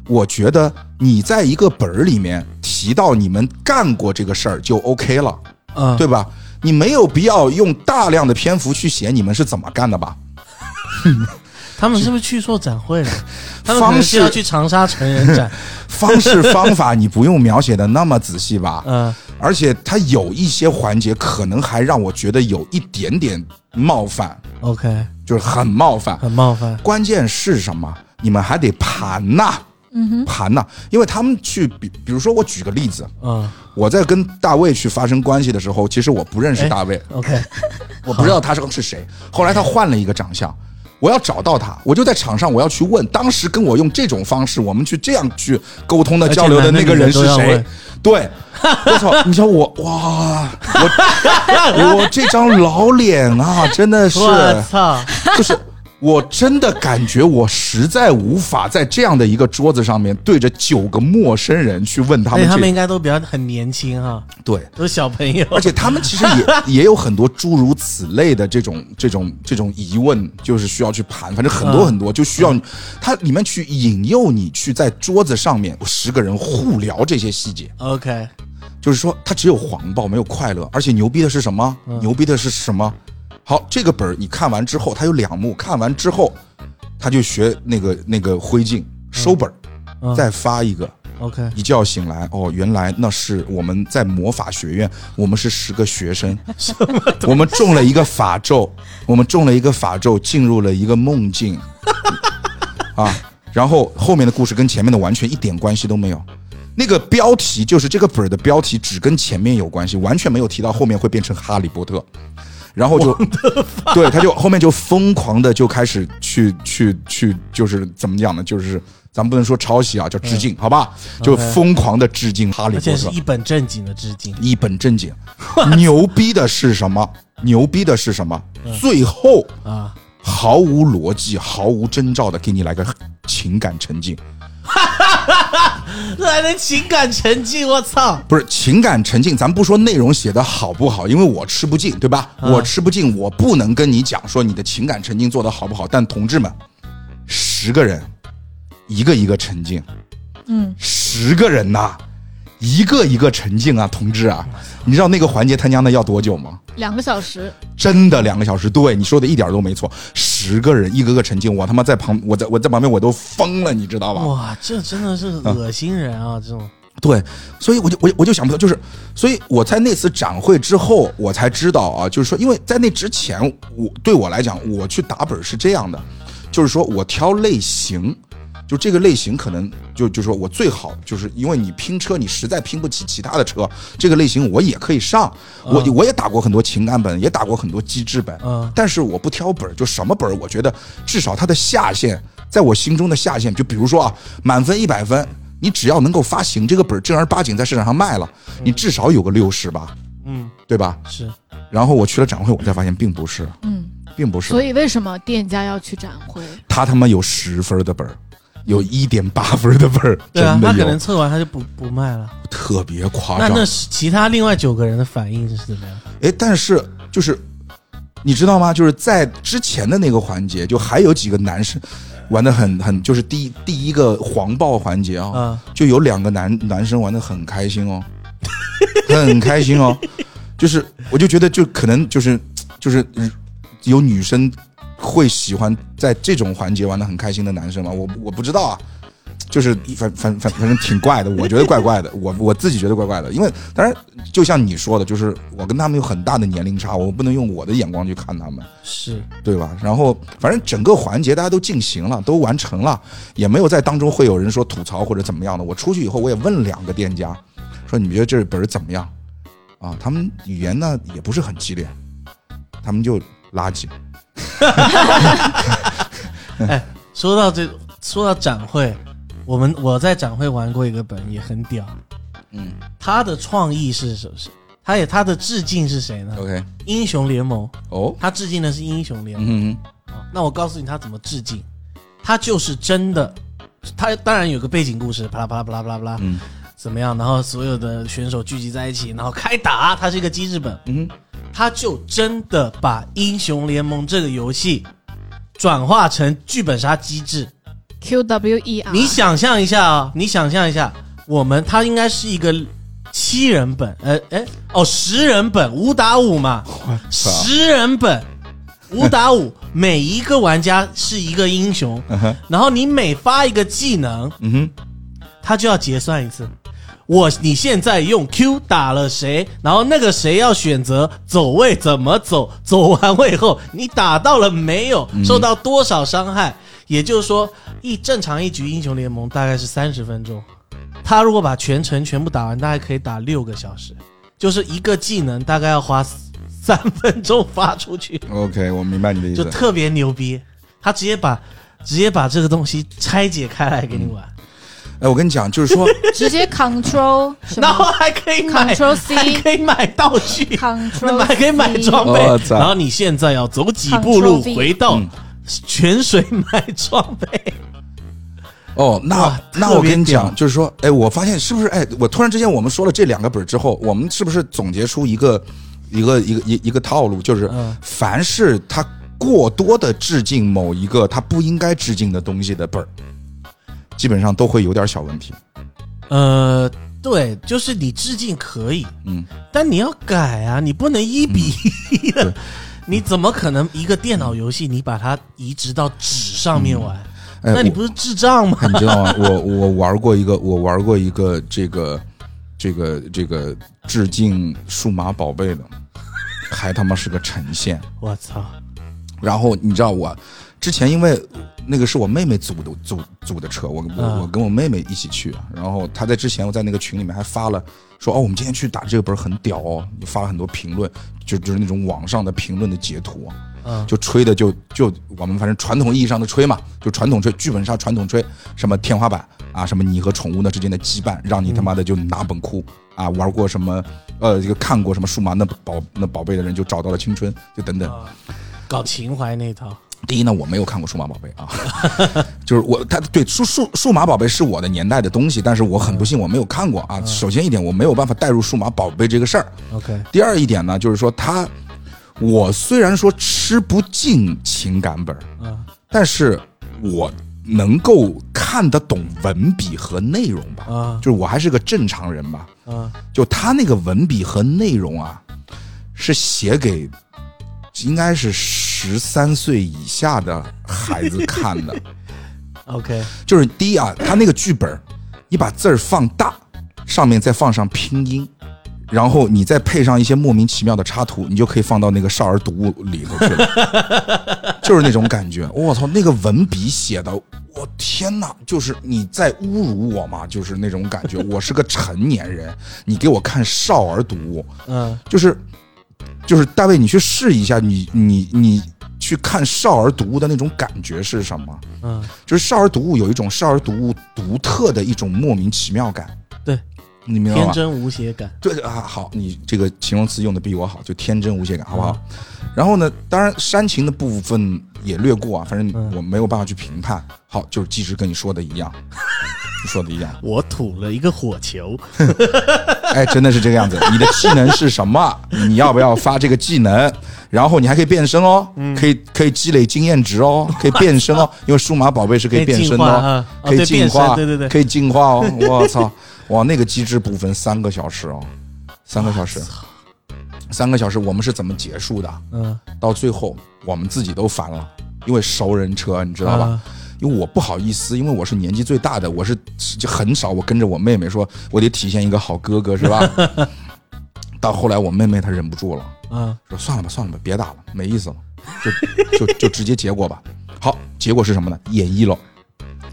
A: 我觉得你在一个本儿里面提到你们干过这个事儿就 OK 了，
B: 啊，
A: 对吧？你没有必要用大量的篇幅去写你们是怎么干的吧？
B: 他们是不是去做展会了？他们可
A: 方
B: 能是要
A: 式
B: 去长沙成人展，
A: 方式方法你不用描写的那么仔细吧？
B: 嗯
A: 而且它有一些环节可能还让我觉得有一点点冒犯，
B: ，OK，
A: 就是很冒犯。
B: 很冒犯，
A: 关键是什么？你们还得盘呐、
C: 嗯哼，
A: 盘呐、因为他们去，比比如说，我举个例子，
B: 嗯
A: 我在跟大卫去发生关系的时候，其实我不认识大卫，
B: ，OK，
A: 我不知道他是是谁。后来他换了一个长相，我要找到他，我就在场上我要去问，当时跟我用这种方式，我们去这样去沟通的
B: 而且
A: 交流的那个人是
B: 男的女的都要
A: 谁
B: 问？
A: 对，我操！你知道我哇，我我这张老脸啊，真的 (laughs) 是，
B: 我操，
A: 就是我真的感觉我实在无法在这样的一个桌子上面对着九个陌生人去问他
B: 对
A: 们
B: 哎他
A: 这
B: 们应该都比较很年轻哈，
A: 对。
B: 都是小朋友，
A: (laughs) 而且他们其实也也有很多诸如此类的这种 (laughs) 这种这种疑问，就是需要去盘，反正很多
B: 嗯
A: 很多，就需要你它里面去引诱你去在桌子上面十个人互聊这些细节，
B: (laughs) OK，
A: 就是说它只有黄暴没有快乐，而且牛逼的是什么？
B: 嗯
A: 牛逼的是什么？好，这个本儿你看完之后，它有两幕，看完之后他就学那个那个灰烬收本儿，
B: 嗯
A: 再发一个。
B: OK，
A: 一觉醒来，哦，原来那是我们在魔法学院，我们是十个学生，我们中了一个法咒，我们中了一个法咒，进入了一个梦境，啊，然后后面的故事跟前面的完全一点关系都没有。那个标题就是这个本儿的标题，只跟前面有关系，完全没有提到后面会变成哈利波特。然后就，对，他就后面就疯狂的就开始去去去，就是怎么讲呢？就是咱们不能说抄袭啊，叫致敬，好吧？就
B: OK
A: 疯狂的致敬哈利波
B: 而且是
A: 特，
B: 一本正经的致敬，
A: 一本正经。牛逼的是什么？牛逼的是什么？最后
B: 嗯啊，
A: 毫无逻辑、毫无征兆的给你来个情感沉浸，
B: 这还能情感沉浸，我操，
A: 不是情感沉浸，咱不说内容写的好不好，因为我吃不进，对吧？我吃不进，我不能跟你讲说你的情感沉浸做得好不好。但同志们，十个人，一个一个沉浸，
C: 嗯，
A: 十个人呐、一个一个沉浸啊，同志啊，你知道那个环节他娘的要多久吗？
C: 两个小时，
A: 真的两个小时，对你说的一点都没错，十个人一个个沉浸，我他妈在旁，我在我在旁边我都疯了，你知道吧？
B: 哇，这真的是恶心人啊，这种，
A: 对，所以我就我就我就想不通，就是，所以我在那次展会之后，我才知道啊，就是说，因为在那之前，我对我来讲，我去打本是这样的，就是说我挑类型，就这个类型可能就就说我最好就是因为你拼车，你实在拼不起其他的车，这个类型我也可以上，我我也打过很多情感本，也打过很多机制本，
B: 嗯
A: 但是我不挑本儿，就什么本儿，我觉得至少它的下限，在我心中的下限，就比如说啊，满分一百分，你只要能够发行这个本儿，正儿八经在市场上卖了，你至少有个六十吧，
B: 嗯，
A: 对吧？
B: 是，
A: 然后我去了展会，我才发现并不是，
C: 嗯，
A: 并不
C: 所
A: 是，
C: 以为什么店家要去展会？
A: 他他妈有十分的本儿，有一点八分的本儿，
B: 嗯对啊
A: 真，
B: 他
A: 的
B: 可
A: 有
B: 能，测完他就不不卖了。
A: 特别夸
B: 那
A: 张。
B: 那是其他另外九个人的反应是怎么样？
A: 哎，但是就是你知道吗？就是在之前的那个环节，就还有几个男生玩的很很，就是第一第一个黄暴环节啊、
B: 嗯
A: 就有两个男男生玩的很开心哦， (laughs) 很开心哦，就是我就觉得就可能就是就是有女生会喜欢在这种环节玩的很开心的男生吗？我我不知道啊。就是反反反反正挺怪的，我觉得怪怪的， (laughs) 我我自己觉得怪怪的，因为当然就像你说的，就是我跟他们有很大的年龄差，我不能用我的眼光去看他们，
B: 是
A: 对吧？然后反正整个环节大家都进行了，都完成了，也没有在当中会有人说吐槽或者怎么样的。我出去以后我也问两个店家，说你们觉得这本儿怎么样？啊，他们语言呢也不是很激烈，他们就垃圾。
B: 说到这，说到展会，我们我在展会玩过一个本也很屌，
A: 嗯
B: 他的创意是什么？是他也他的致敬是谁呢？
A: ，OK，
B: 英雄联盟，
A: 哦，
B: 他致敬的是英雄联盟。
A: 嗯
B: 啊那我告诉你他怎么致敬，他就是真的，他当然有个背景故事，啪啦啪啦啪啦啪啦啪啦，
A: 嗯
B: 怎么样，然后所有的选手聚集在一起，然后开打，它是一个机制本，
A: 嗯哼，
B: 他就真的把英雄联盟这个游戏转化成剧本杀机制。
C: Q W E R，
B: 你想象一下啊，你想象一下，我们它应该是一个七人本，呃，哎，哦，十人本，五打五嘛，
A: 我操，
B: 十人本，五打
A: (laughs)
B: 五，每一个玩家是一个英雄，
A: 嗯哼，
B: 然后你每发一个技能，
A: 嗯哼，
B: 他就要结算一次。我你现在用 Q 打了谁，然后那个谁要选择走位怎么走，走完位后你打到了没有，受到多少伤害？也就是说，一正常一局英雄联盟大概是三十分钟，他如果把全程全部打完，大概可以打六个小时，就是一个技能大概要花三分钟发出去，
A: OK，我明白你的意
B: 就
A: 思。
B: 特别牛逼。他直接把直接把这个东西拆解开来给你玩，
A: 哎，我跟你讲，
B: (laughs)
A: 就是说，
C: 直接 Control 什
B: 然后
C: 么
B: 还可以买
C: Control
B: 还
C: C
B: 可以买道具， (laughs) 那
C: Control
B: 买
C: C
B: 可以买装备
A: 我，操
B: 然后你现在要走几步路
C: Control V
B: 回到
A: 嗯
B: 泉水买装备，
A: 哦，那
B: 哇
A: 那
B: 特
A: 我
B: 别
A: 跟你
B: 屌
A: 讲，就是说，哎，我发现是不是？哎，我突然之间我们说了这两个本儿之后，我们是不是总结出一个一个一个一一个套路？就是
B: 嗯
A: 凡是他过多的致敬某一个他不应该致敬的东西的本儿，基本上都会有点小问题。
B: (laughs) 呃，对，就是你致敬可以，
A: 嗯，
B: 但你要改啊，你不能一比一
A: 对
B: 的， (laughs) 你怎么可能一个电脑游戏你把它移植到纸上面玩？
A: 哎，
B: 那你
A: 我
B: 不是智障吗？
A: 你
B: (laughs)
A: 知道吗？我我玩过一个，我玩过一个这个这个这个致敬数码宝贝的，还他妈是个陈线。
B: 我操！
A: 然后你知道我之前因为那个是我妹妹租的租租的车，我我
B: 嗯
A: 我跟我妹妹一起去，然后她在之前我在那个群里面还发了说哦，我们今天去打这个本儿很屌哦，就发了很多评论，就就是那种网上的评论的截图，
B: 嗯
A: 就吹的就就我们反正传统意义上的吹嘛，就传统吹剧本杀传统吹什么天花板啊，什么你和宠物呢之间的羁绊，让你他妈的就拿本哭啊，玩过什么呃这个看过什么数码那宝那宝贝的人就找到了青春，就等等。
B: 啊，搞情怀那一套，
A: 第一呢，我没有看过数码宝贝啊， (laughs) 就是我他对数数数码宝贝是我的年代的东西，但是我很不幸我没有看过啊。首先一点，我没有办法带入数码宝贝这个事儿。
B: OK，
A: 第二一点呢，就是说他，我虽然说吃不进情感本儿，
B: 嗯，
A: 但是我能够看得懂文笔和内容吧，
B: 啊
A: 就是我还是个正常人吧。
B: 嗯，
A: 就他那个文笔和内容啊，是写给应该是十三岁以下的孩子看的。
B: OK，
A: 就是第一啊，他那个剧本儿，你把字儿放大，上面再放上拼音，然后你再配上一些莫名其妙的插图，你就可以放到那个少儿读物里头去了，就是那种感觉。我操，那个文笔写的，我天哪！就是你在侮辱我嘛，就是那种感觉。我是个成年人，你给我看少儿读物，
B: 嗯，
A: 就是就是大卫，你去试一下，你你你去看少儿读物的那种感觉是什么？
B: 嗯，
A: 就是少儿读物有一种少儿读物独特的一种莫名其妙感。
B: 嗯对，
A: 你明白
B: 天
A: 吗？
B: 真无邪感，
A: 对啊，好，你这个形容词用的比我好，就天真无邪感，好不好？
B: 嗯
A: 然后呢，当然煽情的部分也略过啊，反正
B: 嗯
A: 我没有办法去评判。好，就是技师跟你说的一样， (laughs) 你说的一样，
B: 我吐了一个火球，
A: 哎，真的是这个样子。你的技能是什么？ (laughs) 你要不要发这个技能？然后你还可以变身哦，
B: 嗯
A: 可以可以积累经验值哦，可以变
B: (laughs)
A: 身哦，因为数码宝贝是可以变身的、
B: 可以进化啊
A: 可以进化，
B: 哦对变身对对对
A: 可以进化
B: (laughs)
A: 哦。我操，哇，那个机制部分三个小时哦，三个小时，三个小时，我们是怎么结束的？
B: 嗯，
A: 到最后我们自己都烦了，因为熟人车，你知道吧？
B: 啊
A: 因为我不好意思，因为我是年纪最大的，我是就很少我跟着我妹妹说，我得体现一个好哥哥，是吧？到后来我妹妹她忍不住了，
B: 嗯，
A: 说算了吧，算了吧，别打了，没意思了，就就就直接结果吧。好，结果是什么呢？演绎了，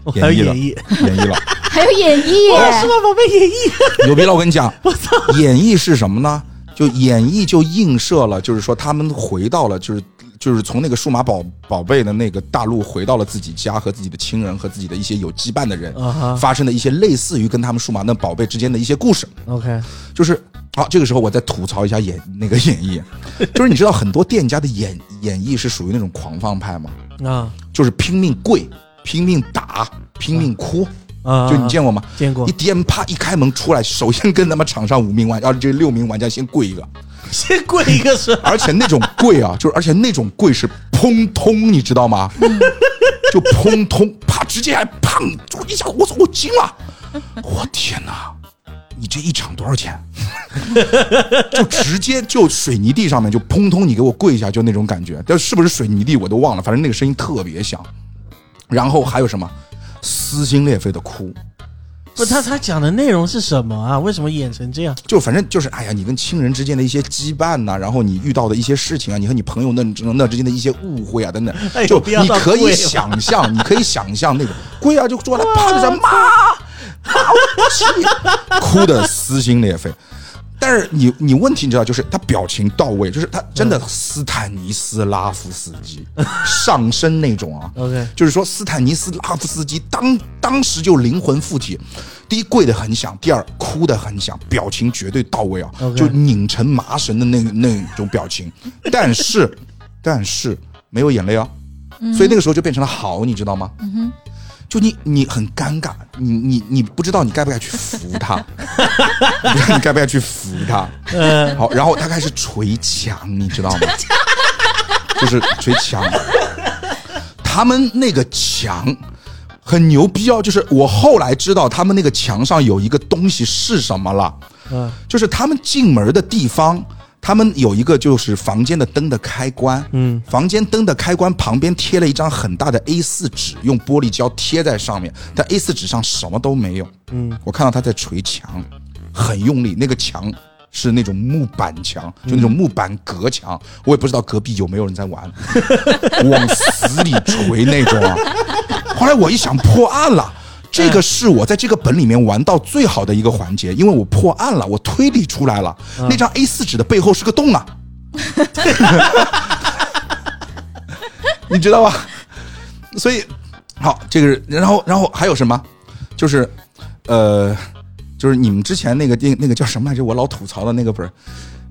B: 我嗯还有
A: 演
B: 演
A: 绎
B: 绎，
A: 演绎了，
C: 还有演
B: 哦，数
C: 绎，
B: 码宝贝演绎，
A: (laughs) 牛逼了！我跟你讲，我操，演绎是什么呢？就演绎就映射了，就是说他们回到了，就是就是从那个数码宝宝贝的那个大陆回到了自己家和自己的亲人和自己的一些有羁绊的人，
B: 啊哈
A: 发生的一些类似于跟他们数码那宝贝之间的一些故事，
B: ，OK，
A: 就是好、这个时候我再吐槽一下演那个演绎，就是你知道很多店家的演演绎是属于那种狂放派吗？
B: 啊
A: 就是拼命跪、拼命打、拼命哭，
B: 啊啊，
A: 就你见过吗？
B: 见过
A: 一 DM 啪一开门出来，首先跟他妈场上五名玩，啊这六名玩家先跪一个，
B: 先跪一个是吧？
A: 而且那种跪啊，就是而且那种跪是砰通，你知道吗？就砰通，啪，直接还砰，就一下，我操，我惊了，我天哪！你这一场多少钱？就直接就水泥地上面就砰通，你给我跪一下，就那种感觉。但是不是水泥地我都忘了，反正那个声音特别响。然后还有什么撕心裂肺的哭，
B: 不，他他讲的内容是什么啊？为什么演成这样？
A: 就反正就是，哎呀，你跟亲人之间的一些羁绊呐、然后你遇到的一些事情啊，你和你朋友那那之间的一些误会啊，等等
B: 哎，呦
A: 就
B: 不要
A: 你
B: 到
A: 可
B: 跪
A: 以
B: 了
A: 想象，你可以想象那
B: (laughs)
A: 个跪啊，就坐在趴在这儿妈，好气，哭的撕心裂肺。但是你你问题你知道，就是他表情到位，就是他真
B: 嗯
A: 的斯坦尼斯拉夫斯基上身那种啊。
B: OK
A: 就是说斯坦尼斯拉夫斯基当当时就灵魂附体，第一跪的很响，第二哭的很响，表情绝对到位啊
B: OK
A: 就拧成麻绳的那那种表情。 (laughs) 但是但是没有眼泪啊，所以那个时候就变成了好，你知道吗？就你你很尴尬，你你你不知道你该不该去扶他， (laughs) 你不知道你该不该去扶他。
B: 呃，
A: 好，然后他开始捶墙，你知道吗？就是捶墙。他们那个墙很牛逼哦，就是我后来知道他们那个墙上有一个东西是什么了，
B: 嗯
A: 就是他们进门的地方。他们有一个就是房间的灯的开关，嗯，房间灯的开关旁边贴了一张很大的 A4 纸，用玻璃胶贴在上面，但 A4 纸上什么都没有，嗯，我看到他在捶墙，很用力，那个墙是那种木板墙，就那种木板隔墙，我也不知道隔壁有没有人在玩， (laughs) 往死里捶那种啊。后来我一想破案了。这
B: 嗯
A: 个是我在这个本里面玩到最好的一个环节，因为我破案了，我推理出来了，
B: 嗯
A: 那张 A 4纸的背后是个洞啊， (laughs) 你知道吧？所以，好，这个是，然后，然后还有什么？就是，呃，就是你们之前那个电那个叫什么来着？我老吐槽的那个不是，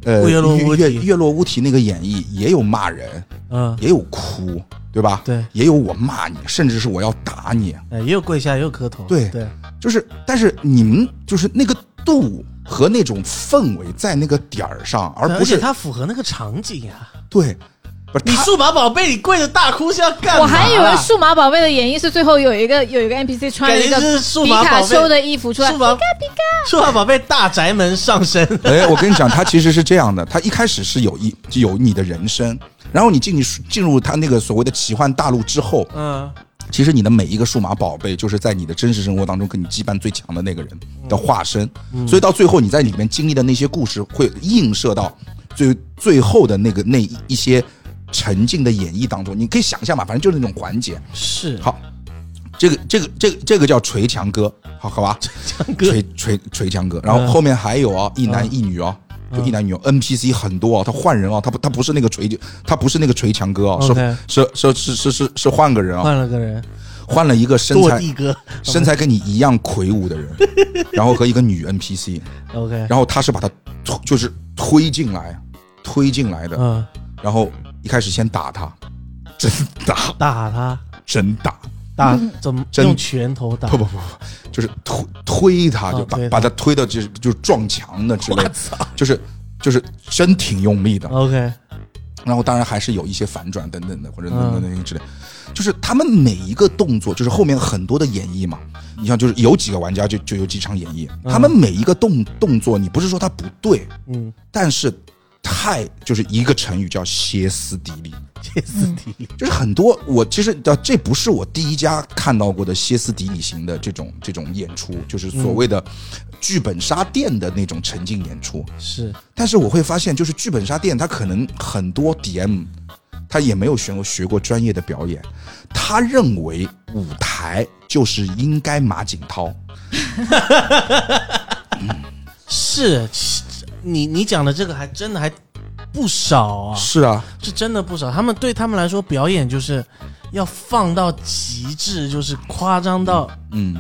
A: 呃，
B: 月落乌啼
A: 月月落乌啼那个演绎也有骂人，
B: 嗯，
A: 也有哭，对吧？
B: 对
A: 也有我骂你，甚至是我要打你。
B: 哎，也有跪下，也有磕头，
A: 对
B: 对，
A: 就是，但是你们就是那个度和那种氛围在那个点儿上，而
B: 对
A: 不
B: 且
A: 是
B: 它符合那个场景啊。
A: 对，不是
B: 你
A: 他
B: 数码宝贝，你跪着大哭是要干嘛？
C: 我还以为数码宝贝的演绎是最后有一个有一个 NPC 穿了一
B: 感觉
C: 个
B: 是数
C: 皮
B: 码
C: 卡
B: 宝贝
C: 丘的衣服出来
B: 数，码数码宝贝大宅门上身，
A: 哎，我跟你讲，他其实是这样的，他一开始是有一有你的人生，然后你进去进入他那个所谓的奇幻大陆之后，
B: 嗯，
A: 其实你的每一个数码宝贝，就是在你的真实生活当中跟你羁绊最强的那个人的化身，
B: 嗯
A: 所以到最后你在里面经历的那些故事，会映射到最最后的那个那一一些沉浸的演绎当中。你可以想象嘛，反正就是那种环节。
B: 是
A: 好，这个这个这个这个叫捶墙哥，好好
B: (laughs)
A: 吧，
B: 强哥嗯
A: 捶捶捶墙哥，然后后面还有啊，一男一女哦。就一男一女哦 NPC 很多哦，他换人哦，他不他不是那个捶，他不是那个捶墙哥哦，
B: OK
A: 是是是是是是是换个人哦，
B: 换了个人，
A: 换了一个身
B: 落
A: 材
B: 地哥
A: 身材跟你一样魁梧
B: (laughs)
A: 的人，然后和一个女 NPC，
B: ，OK，
A: 然后他是把他推就是推进来，推进来的，
B: 嗯，
A: 然后一开始先打他，真打
B: 打他，
A: 真打，
B: 打怎么
A: 真
B: 用拳头打
A: 不？不不不，就是推推他，就
B: 哦
A: 把
B: 推他
A: 把他推到就是就是撞墙的之类的，就是就是真挺用力的。
B: OK，
A: 然后当然还是有一些反转等等的，或者等等等等之类，就是他们每一个动作，就是后面很多的演绎嘛。你像就是有几个玩家就就有几场演绎，他们每一个动动作，你不是说他不对，
B: 嗯，
A: 但是太就是一个成语叫歇斯底里。
B: 歇斯底里，
A: 就是很多我其实呃，这不是我第一家看到过的歇斯底里型的这种这种演出，就是所谓的剧本杀店的那种沉浸演出。
B: 是
A: 但是我会发现，就是剧本杀店，它可能很多 DM 他也没有学过学过专业的表演，他认为舞台就是应该马景涛，
B: 是，你你讲的这个还真的还不少啊，
A: 是啊，
B: 是真的不少。他们对他们来说，表演就是要放到极致，就是夸张到
A: 嗯，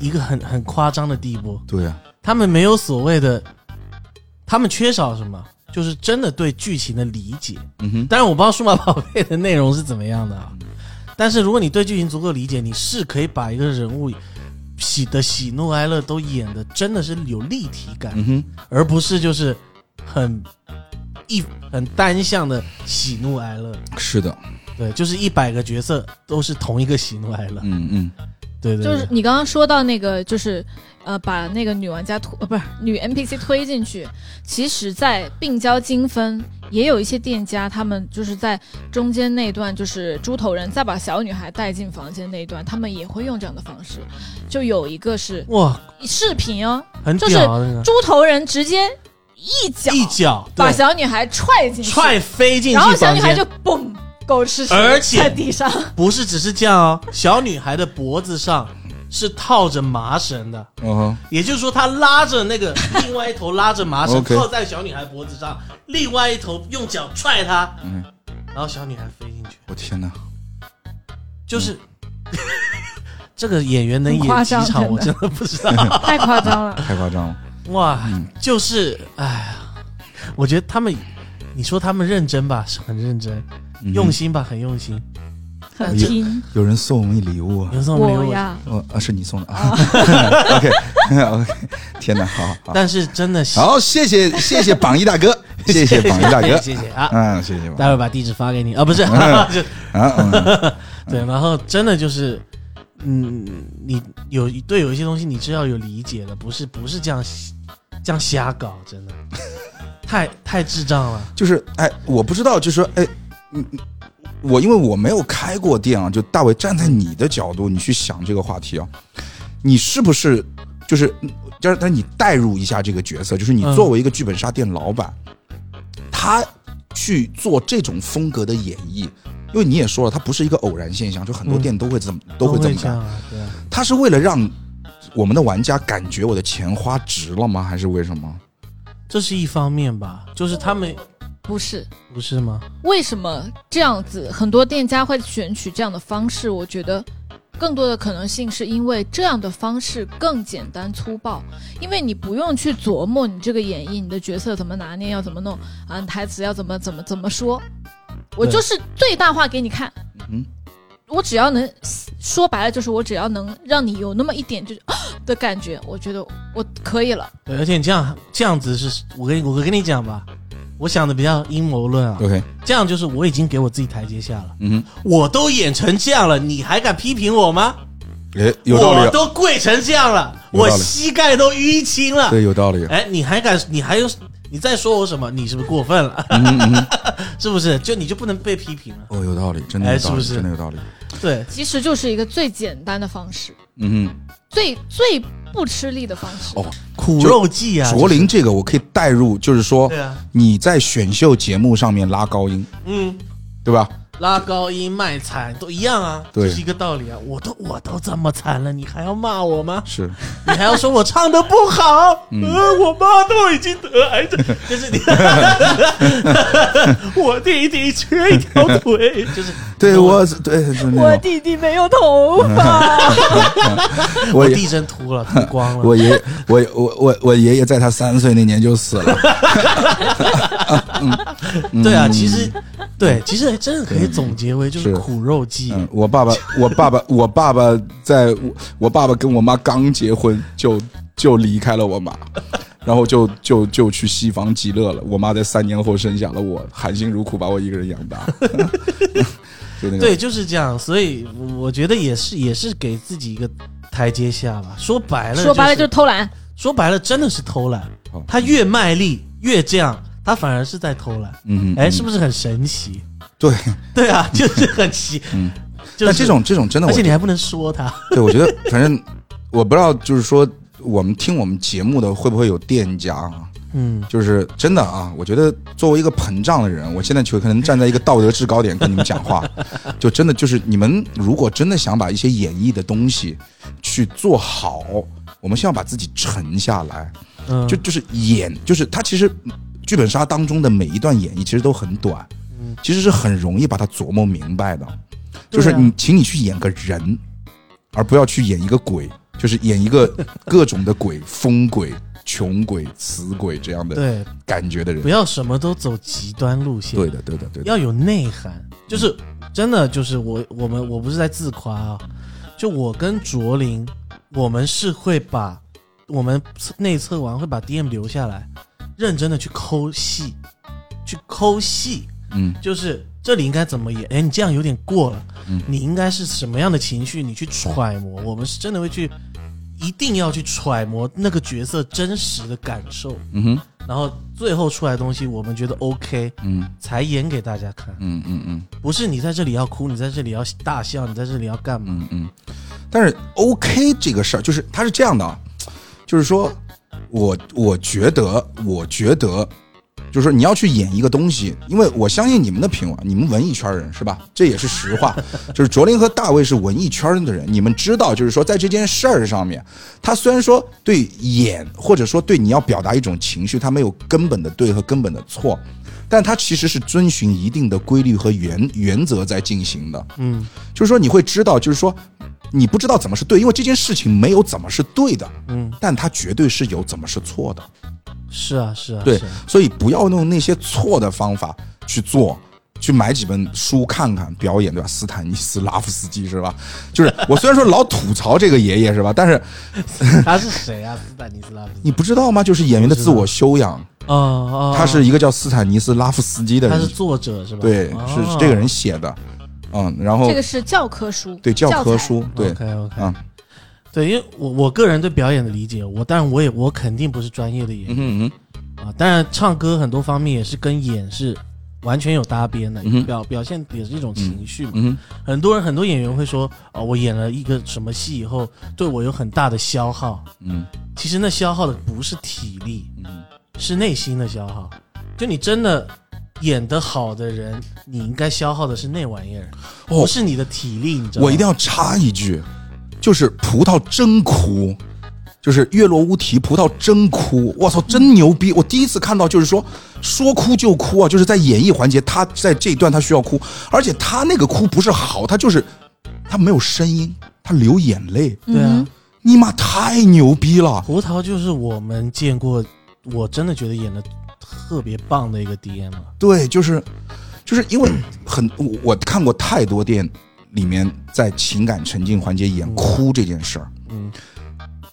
B: 一个很很夸张的地步。
A: 对啊，
B: 他们没有所谓的，他们缺少什么，就是真的对剧情的理解。
A: 嗯哼，
B: 当然，我不知道数码宝贝的内容是怎么样的啊，但是如果你对剧情足够理解，你是可以把一个人物喜的喜怒哀乐都演的真的是有立体感，
A: 嗯哼，
B: 而不是就是很一很单向的喜怒哀乐。
A: 是的，
B: 对，就是一百个角色都是同一个喜怒哀乐。
A: 嗯嗯，
B: 对对对，
C: 就是你刚刚说到那个，就是呃，把那个女玩家推呃不是女 NPC 推进去，其实，在病娇精分也有一些店家，他们就是在中间那段，就是猪头人再把小女孩带进房间那一段，他们也会用这样的方式。就有一个是
B: 哇，
C: 视频哦，
B: 很
C: 就是
B: 屌啊！那个
C: 猪头人直接一脚
B: 一脚
C: 把
B: 对
C: 小女孩踹进去，
B: 踹飞进去
C: 然
B: 房
C: 后
B: 间，
C: 小女孩就嘣。狗吃屎，
B: 而且
C: 在地上，
B: 不是只是这样哦，小女孩的脖子上是套着麻绳的，
A: 嗯哼，
B: 也就是说她拉着
C: (laughs)
B: 那个另外一头拉着麻绳
A: OK
B: 套在小女孩脖子上，另外一头用脚踹她，
A: 嗯
B: 然后小女孩飞进去，
A: 我天哪，
B: 就是。
A: 嗯
B: (laughs) 这个演员能
C: 很
B: 演
C: 夸
B: 几
C: 张
B: 场，
C: 真
B: 我
C: 的
B: 真的不知道。
C: 太夸张了。
A: 太夸张了，
B: (laughs) 哇，
A: 嗯
B: 就是，哎呀，我觉得他们，你说他们认真吧，是很认真；
A: 嗯哼
B: 用心吧，很用心。
C: 很
A: 有
C: 拼，
A: 有人送我们礼物啊，
B: 有这种没有
C: 我
B: 我
C: 呀，
A: 哦啊，是你送的 (laughs) 啊，OK OK，天哪，好好
B: 但是真的，，
A: 好，谢谢谢谢榜一大哥， (laughs) 谢谢榜一大哥
B: (laughs) 谢谢啊。
A: 嗯，谢谢榜
B: 待会儿把地址发给你啊，不是， (laughs) 就
A: 啊，嗯
B: (laughs) 对，然后真的就是，嗯，你有对有一些东西你是要有理解的，不是不是这样这样瞎搞，真的太太智障了。
A: 就是哎，我不知道，就是说哎，嗯。嗯我因为我没有开过店啊，就大伟站在你的角度，你去想这个话题啊，你是不是就是就是，但你代入一下这个角色，就是你
B: 嗯
A: 作为一个剧本杀店老板，他去做这种风格的演绎，因为你也说了，它不是一个偶然现象，就很多
B: 嗯
A: 店都会这么、都会这么
B: 这
A: 干
B: 样，啊，对啊，
A: 他是为了让我们的玩家感觉我的钱花值了吗？还是为什么？
B: 这是一方面吧，就是他们
C: 不是，
B: 不是吗？
C: 为什么这样子？很多店家会选取这样的方式，我觉得更多的可能性是因为这样的方式更简单粗暴，因为你不用去琢磨你这个演绎，你的角色怎么拿捏，要怎么弄啊，你台词要怎么怎么怎么说，我
B: 对
C: 就是最大化给你看。
A: 嗯，
C: 我只要能说白了，就是我只要能让你有那么一点就是、啊的感觉，我觉得我可以了。
B: 对，而且你这样这样子是，我跟你我跟你讲吧，我想的比较阴谋论啊，
A: OK，
B: 这样就是我已经给我自己台阶下了，
A: 嗯
B: 我都演成这样了，你还敢批评我吗？
A: 哼，哎，有道理
B: 我
A: 啊，
B: 都跪成这样了，
A: 有道
B: 我
A: 理
B: 膝盖都淤青了。
A: 对，有道理。啊
B: 哎，你还敢？你还有？你再说我什么？你是不是过分了？
A: 嗯哼嗯哼，
B: (laughs) 是不是？就你就不能被批评了？
A: 哦，有道理，真的有
B: 哎
A: 道理，
B: 是不是
A: 真的有道理。
B: 对，
C: 其实就是一个最简单的方式，
A: 嗯
C: 最最不吃力的方式。
A: 哦
B: 苦肉计啊！
A: 哼，卓林这个我可以代入，就是
B: 就
A: 说
B: 是对啊，
A: 你在选秀节目上面拉高音，
B: 嗯，
A: 对吧？
B: 拉高音卖惨都一样啊，
A: 对？
B: 这是一个道理啊。我都我都这么惨了，你还要骂我吗
A: 是，
B: 你还要说我唱的不好？嗯、我妈都已经得癌
A: (laughs)
B: 症，就是你， (laughs) 我弟弟缺一条腿，就是
A: 对我，对，就是那种，
C: 弟弟没有头
A: (laughs)
C: 发，
A: 我
B: 我
A: 爷，
B: 弟真秃了，秃光
A: (laughs)
B: 了。
A: 我爷，我我我我爷爷在他三岁那年就死了。嗯
B: 对啊，其实对，其实还真的可以总结为就是
A: 是
B: 苦肉计。
A: 嗯，我爸爸，我爸爸，我爸爸在我我爸爸跟我妈刚结婚就就离开了我妈，然后就就就去西方极乐了。我妈在三年后生下了我，含辛茹苦把我一个人养大。 (laughs) 就那个
B: 对，就是这样。所以我觉得也是，也是给自己一个台阶下吧。说白了、
C: 说白了
B: 就
C: 就是
B: 是
C: 偷懒。
B: 说白了，真的是偷懒
A: 好。
B: 他越卖力越这样，他反而是在偷懒。
A: 嗯，嗯，
B: 哎，是
A: 不
B: 不是很神奇？
A: 对？(laughs)
B: 对啊，就是很奇。
A: 嗯，
B: 就是
A: 但这，种这种真的
B: 而
A: 我，
B: 且你还不能说他。
A: 对我觉得，反正我不知道，就是说我们听我们节目的会不会有店家啊？
B: 嗯，
A: 就是真的啊，我觉得作为一个膨胀的人，我现在就可能站在一个道德制高点跟你们讲话， (laughs) 就真的就是你们如果真的想把一些演绎的东西去做好，我们先要把自己沉下来，
B: 嗯
A: 就就是演，就是它其实剧本杀当中的每一段演绎其实都很短，其实是很容易把它琢磨明白的，就是
B: 嗯对啊
A: 你，请你去演个人，而不要去演一个鬼，就是演一
B: (laughs)
A: 个各种的鬼，疯鬼。穷鬼、死鬼这样的
B: 对，
A: 感觉的人
B: 不。要什么都走极端路线。
A: 对的，对的，对嗯的。
B: 要有内涵，就是真的就是我我们我不是在自夸啊，就我跟卓林，我们是会把我们内测完会把 DM 留下来，认真的去抠细，去抠细，
A: 嗯
B: 就是这里应该怎么演，哎，你这样有点过了，
A: 嗯
B: 你应该是什么样的情绪，你去揣摩。我们是真的会去，一定要去揣摩那个角色真实的感受，
A: 嗯哼，
B: 然后最后出来的东西，我们觉得 OK
A: 嗯
B: 才演给大家看，
A: 嗯嗯嗯
B: 不是你在这里要哭，你在这里要大笑，你在这里要干嘛？
A: 嗯嗯。但是 OK 这个事儿，就是它是这样的啊，就是说我我觉得，我觉得。就是说，你要去演一个东西，因为我相信你们的品味，你们文艺圈人是吧？这也是实话。 (laughs) 就是卓林和大卫是文艺圈的人，你们知道，就是说在这件事儿上面，他虽然说对演或者说对你要表达一种情绪，他没有根本的对和根本的错，但他其实是遵循一定的规律和原原则在进行的。
B: 嗯
A: 就是说你会知道，就是说你不知道怎么是对，因为这件事情没有怎么是对的，
B: 嗯，
A: 但它绝对是有怎么是错的。
B: 是啊是啊，
A: 对
B: 是啊， (laughs)
A: 所以不要用那些错的方法去做。去买几本书看看表演，对吧？斯坦尼斯拉夫斯基是吧？就是我虽然说老吐槽这个爷爷是吧，但是
B: 他是谁啊？斯坦尼斯拉夫斯基
A: 你不知道吗？就是演员的自我修养，
B: 哦哦，
A: 他是一个叫斯坦尼斯拉夫斯基的
B: 他
A: 人
B: 是，作者是吧？
A: 对，
B: 哦
A: 是是这个人写的，嗯，然后
C: 这个是教科书，
A: 对教科
C: 材
A: 书，对，
B: 哦 OK OK，
A: 嗯
B: 对，因为我我个人对表演的理解，我当然我也我肯定不是专业的演
A: 嗯
B: 员、
A: 哼嗯
B: 啊，当然唱歌很多方面也是跟演是完全有搭边的，
A: 嗯哼
B: 表表现也是一种情绪嘛。
A: 哼嗯
B: 很多人很多演员会说，哦，我演了一个什么戏以后，对我有很大的消耗。
A: 哼
B: 其实那消耗的不是体力，
A: 嗯嗯
B: 是内心的消耗。就你真的演得好的人，你应该消耗的是那玩意儿，
A: 哦
B: 不是你的体力，你知道吗？
A: 我一定要插一句，就是葡萄真哭，就是月落乌啼，葡萄真哭，我操，真牛逼！我第一次看到，就是说说哭就哭啊，就是在演绎环节，他在这一段他需要哭，而且他那个哭不是嚎，他就是他没有声音，他流眼泪，
B: 对啊。
C: 嗯哼
A: 尼玛太牛逼了！
B: 胡桃就是我们见过，我真的觉得演的特别棒的一个 DM 了。
A: 对，就是就是因为很我我看过太多电影里面在情感沉浸环节演哭这件事儿，
B: 嗯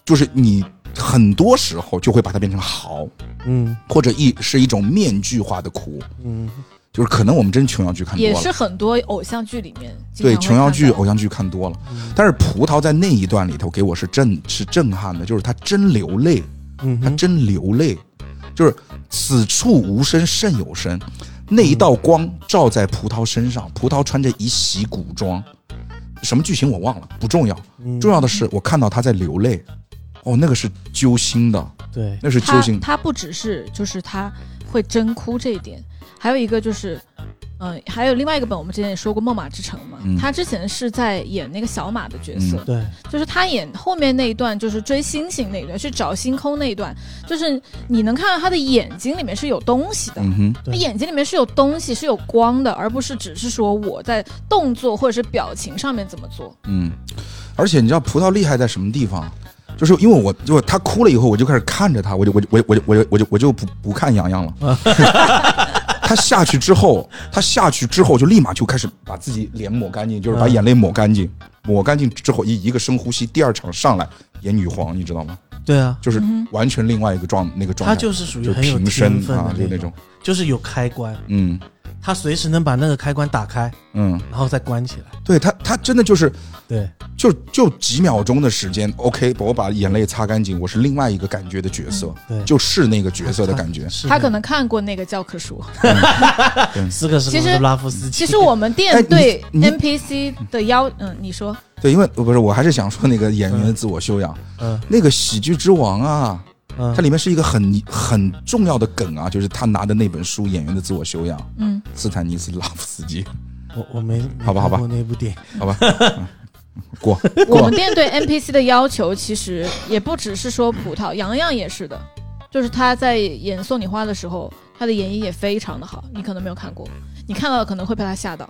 A: 就是你很多时候就会把它变成嚎。
B: 嗯
A: 或者一是一种面具化的哭，
B: 嗯，
A: 就是可能我们真琼瑶剧看多
C: 也
A: 了，
C: 是很多偶像剧里面经
A: 对
C: 常会
A: 琼瑶剧、
C: 看到
A: 偶像剧看多了。但是葡萄在那一段里头给我是震是震撼的，就是他真流泪，
B: 嗯
A: 他
B: 哼
A: 真流泪，就是此处无声胜有声。那一道光照在葡萄身上，葡萄穿着一袭古装，什么剧情我忘了，不重要。
B: 嗯
A: 重要的是我看到他在流泪，哦，那个是揪心的，
B: 对，
A: 那是揪
C: 他
A: 心。
C: 他不只是就是他会真哭这一点，还有一个就是，嗯、还有另外一个本我们之前也说过《梦马之城》嘛，
A: 嗯
C: 他之前是在演那个小马的角色，
B: 对，
C: 就是他演后面那一段，就是追星星那一段，去找星空那一段，就是你能看到他的眼睛里面是有东西的。
A: 嗯哼，
B: 对
C: 他眼睛里面是有东西，是有光的，而不是只是说我在动作或者是表情上面怎么做。
A: 嗯，而且你知道葡萄厉害在什么地方？就是因为我，就他哭了以后，我就开始看着他，我就我就我就我就我就我就我就不不看洋洋
B: (laughs)
A: 了。他下去之后，他下去之后就立马就开始把自己脸抹干净，就是把
B: 嗯
A: 眼泪抹干净，抹干净之后一一个深呼吸，第二场上来演女皇，你知道吗？
B: 对啊，
A: 就是
C: 嗯
A: 完全另外一个状那个状态，
B: 他就是属于
A: 就是
B: 很有
A: 平
B: 天
A: 身
B: 分
A: 啊
B: 的，
A: 就是那
B: 种
A: 种，，
B: 就是有开关，
A: 嗯
B: 他随时能把那个开关打开，
A: 嗯，
B: 然后再关起来。
A: 对他他真的就是
B: 对，
A: 就就几秒钟的时间，OK，我把眼泪擦干净，我是另外一个感觉的角色，
C: 嗯
B: 对
A: 就是那个角色的感
C: (laughs)
A: 觉。
B: 是
C: 他可能看过那个教
A: (laughs)
C: 科书。
B: 斯克什
C: 其
B: 么
C: 实
B: 是拉夫斯基，
C: 其实我们
A: 哎
C: 店
A: 你
C: 对
A: 你
C: NPC 的要，嗯，你说
A: 对，因为呃不是，我还是想说那个演员的自我修养，
B: 嗯
A: 那个《喜剧之王》啊，
B: 嗯
A: 它里面是一个很很重要的梗啊，就是他拿的那本书《演员的自我修养》，
C: 嗯，
A: 斯坦尼斯拉夫斯基，
B: 我我没没
A: 好吧好吧
B: 看过那部电影，
A: 好
C: (laughs)
A: 吧，嗯过
C: 我
A: 过
C: 们，店对 NPC 的要求其实也不只是说葡萄，洋洋也是的，就是他在演《送你花》的时候，他的演绎也非常的好，你可能没有看过，你看到了可能会被他吓到，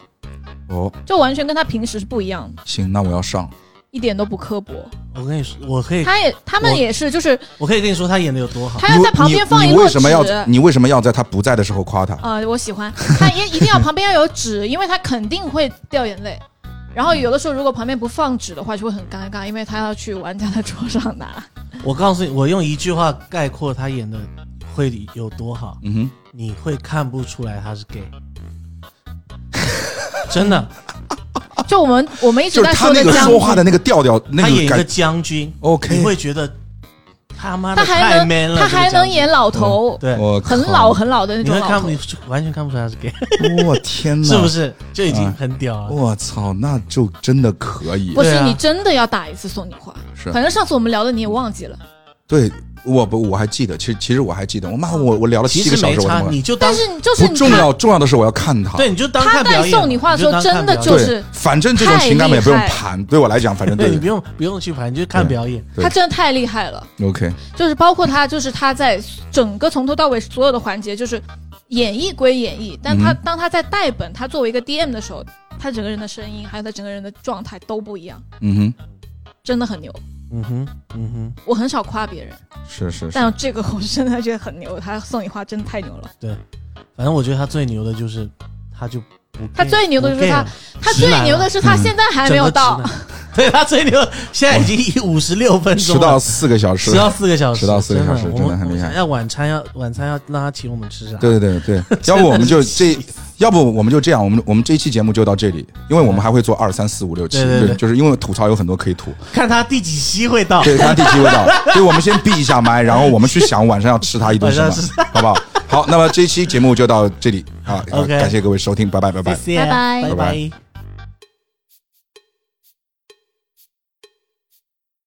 A: 哦，
C: 就完全跟他平时是不一样的，
A: 行，那我要上，
C: 一点都不刻薄。
B: 我跟你说，我
A: 哎
B: 可以
C: 他也他们
B: 我
C: 也是，就是
B: 我可以跟你说他演的有多好，
C: 他要在旁边放
A: 啊
C: 一
A: 你为
C: 摞
A: 什么要
C: 纸。哦
A: 你为什么要在他不在的时候夸他？
C: (laughs) 呃，我喜欢，他也一定要旁边要有纸，因为他肯定会掉眼泪。然后有的时候如果旁边不放纸的话，就会很尴尬，因为他要去玩家的桌上拿。
B: 我告诉你，我用一句话概括他演的会有多好，
A: 嗯哼，
B: 你会看不出来他是 gay，真的。
C: 就我们我们一直
A: 哦就是
C: 在
A: 他那
C: 的
A: 个
C: 将
A: 说话的那个调调，那
B: 他演
A: 个
B: 一
A: 感
B: 个将军，你
A: OK，
B: 会觉得他妈的
C: 他
B: 太
C: 还
B: man
C: 能
B: 了，
C: 他还
B: 这个将
C: 能
B: 军
C: 演老头，
B: 对，
A: 我
C: 很
A: 靠
C: 老，很老的那
B: 你
C: 种
B: 会
C: 老
B: 看不
C: 头。
B: 完全看不出来他是 gay，
A: 我
C: (laughs)
A: 天哪，
B: 是不？是？就已经
A: 啊
B: 很屌了。
A: 我操，那就真的可以
C: 不，
B: 对
C: 是
B: 啊
C: 你真的要打一次送你花，
A: 是
C: 反正上次我们聊的你也忘记了，
A: 对，我不我还记得，其实其实我还记得，我妈我我聊了
B: 其
A: 七个
B: 实
A: 小
B: 没
A: 时，我
B: 差
A: 他，妈
B: 你就当
C: 但是你就是
A: 不
C: 你
A: 重
C: 看，
A: 要，重要的是我要看他。
B: 对，你就当
C: 他
B: 看
C: 在
B: 表演
C: 送你话的
B: 就
C: 时候
B: 当看
C: 真的
B: 表
A: 对
C: 就
B: 演
C: 是
A: 反正这种情感也不用盘，对我来讲，反正
B: 对
A: 对
B: 你不用不用去盘，你就看
A: 对
B: 表演。
A: 对
C: 他真的太厉害了，
A: (laughs) OK，
C: 就是包括他，就是他在整个从头到尾所有的环节，就是演绎归演绎，但他、
A: 嗯
C: 当他在带本，他作为一个 DM 的时候，他整个人的声音还有他整个人的状态都不一样，
A: 嗯
C: 真的很牛。
B: 嗯哼，嗯
C: 我很少夸别人，
A: 哼，是是是，
C: 但这个我是真的觉得很牛，他送你花真的太牛了。
B: 哼，反正我觉得他最牛的就是，他就不 gay，
C: 他最牛的就是
B: 不 gay
C: 他
B: 了
C: 他
B: 直
C: 最
B: 男
C: 牛
B: 了
C: 的是他
A: 嗯
C: 现在还没有到
B: 整，个直男 (laughs) 对他最牛，现在已经五十六分钟
A: 迟
B: 了，
A: 到四个小时
B: 迟，到四个小时，
A: 迟到四个小时
B: 我
A: 真的
B: 们
A: 很厉害
B: 我们想要晚餐要晚餐要让他请我们吃啥？
A: 对对对
B: (laughs)
A: 对，要不我们就这，要不我们就这样，我们我们这一期节目就到这里，因为我们还会做二三四五六七，
B: 对对对
A: 就是因为吐槽有很多可以吐，
B: 看他第几期会到。
A: 对，看第七味道，所以我们先闭一下麦，然后我们去想晚上要吃它一顿什么
B: 晚上吃，
A: 好不好？好，那么这一期节目就到这里啊，
B: OK
A: 感谢各位收听，拜拜拜拜。
B: 谢谢，
C: 拜拜
B: 拜
A: 拜拜
B: 拜。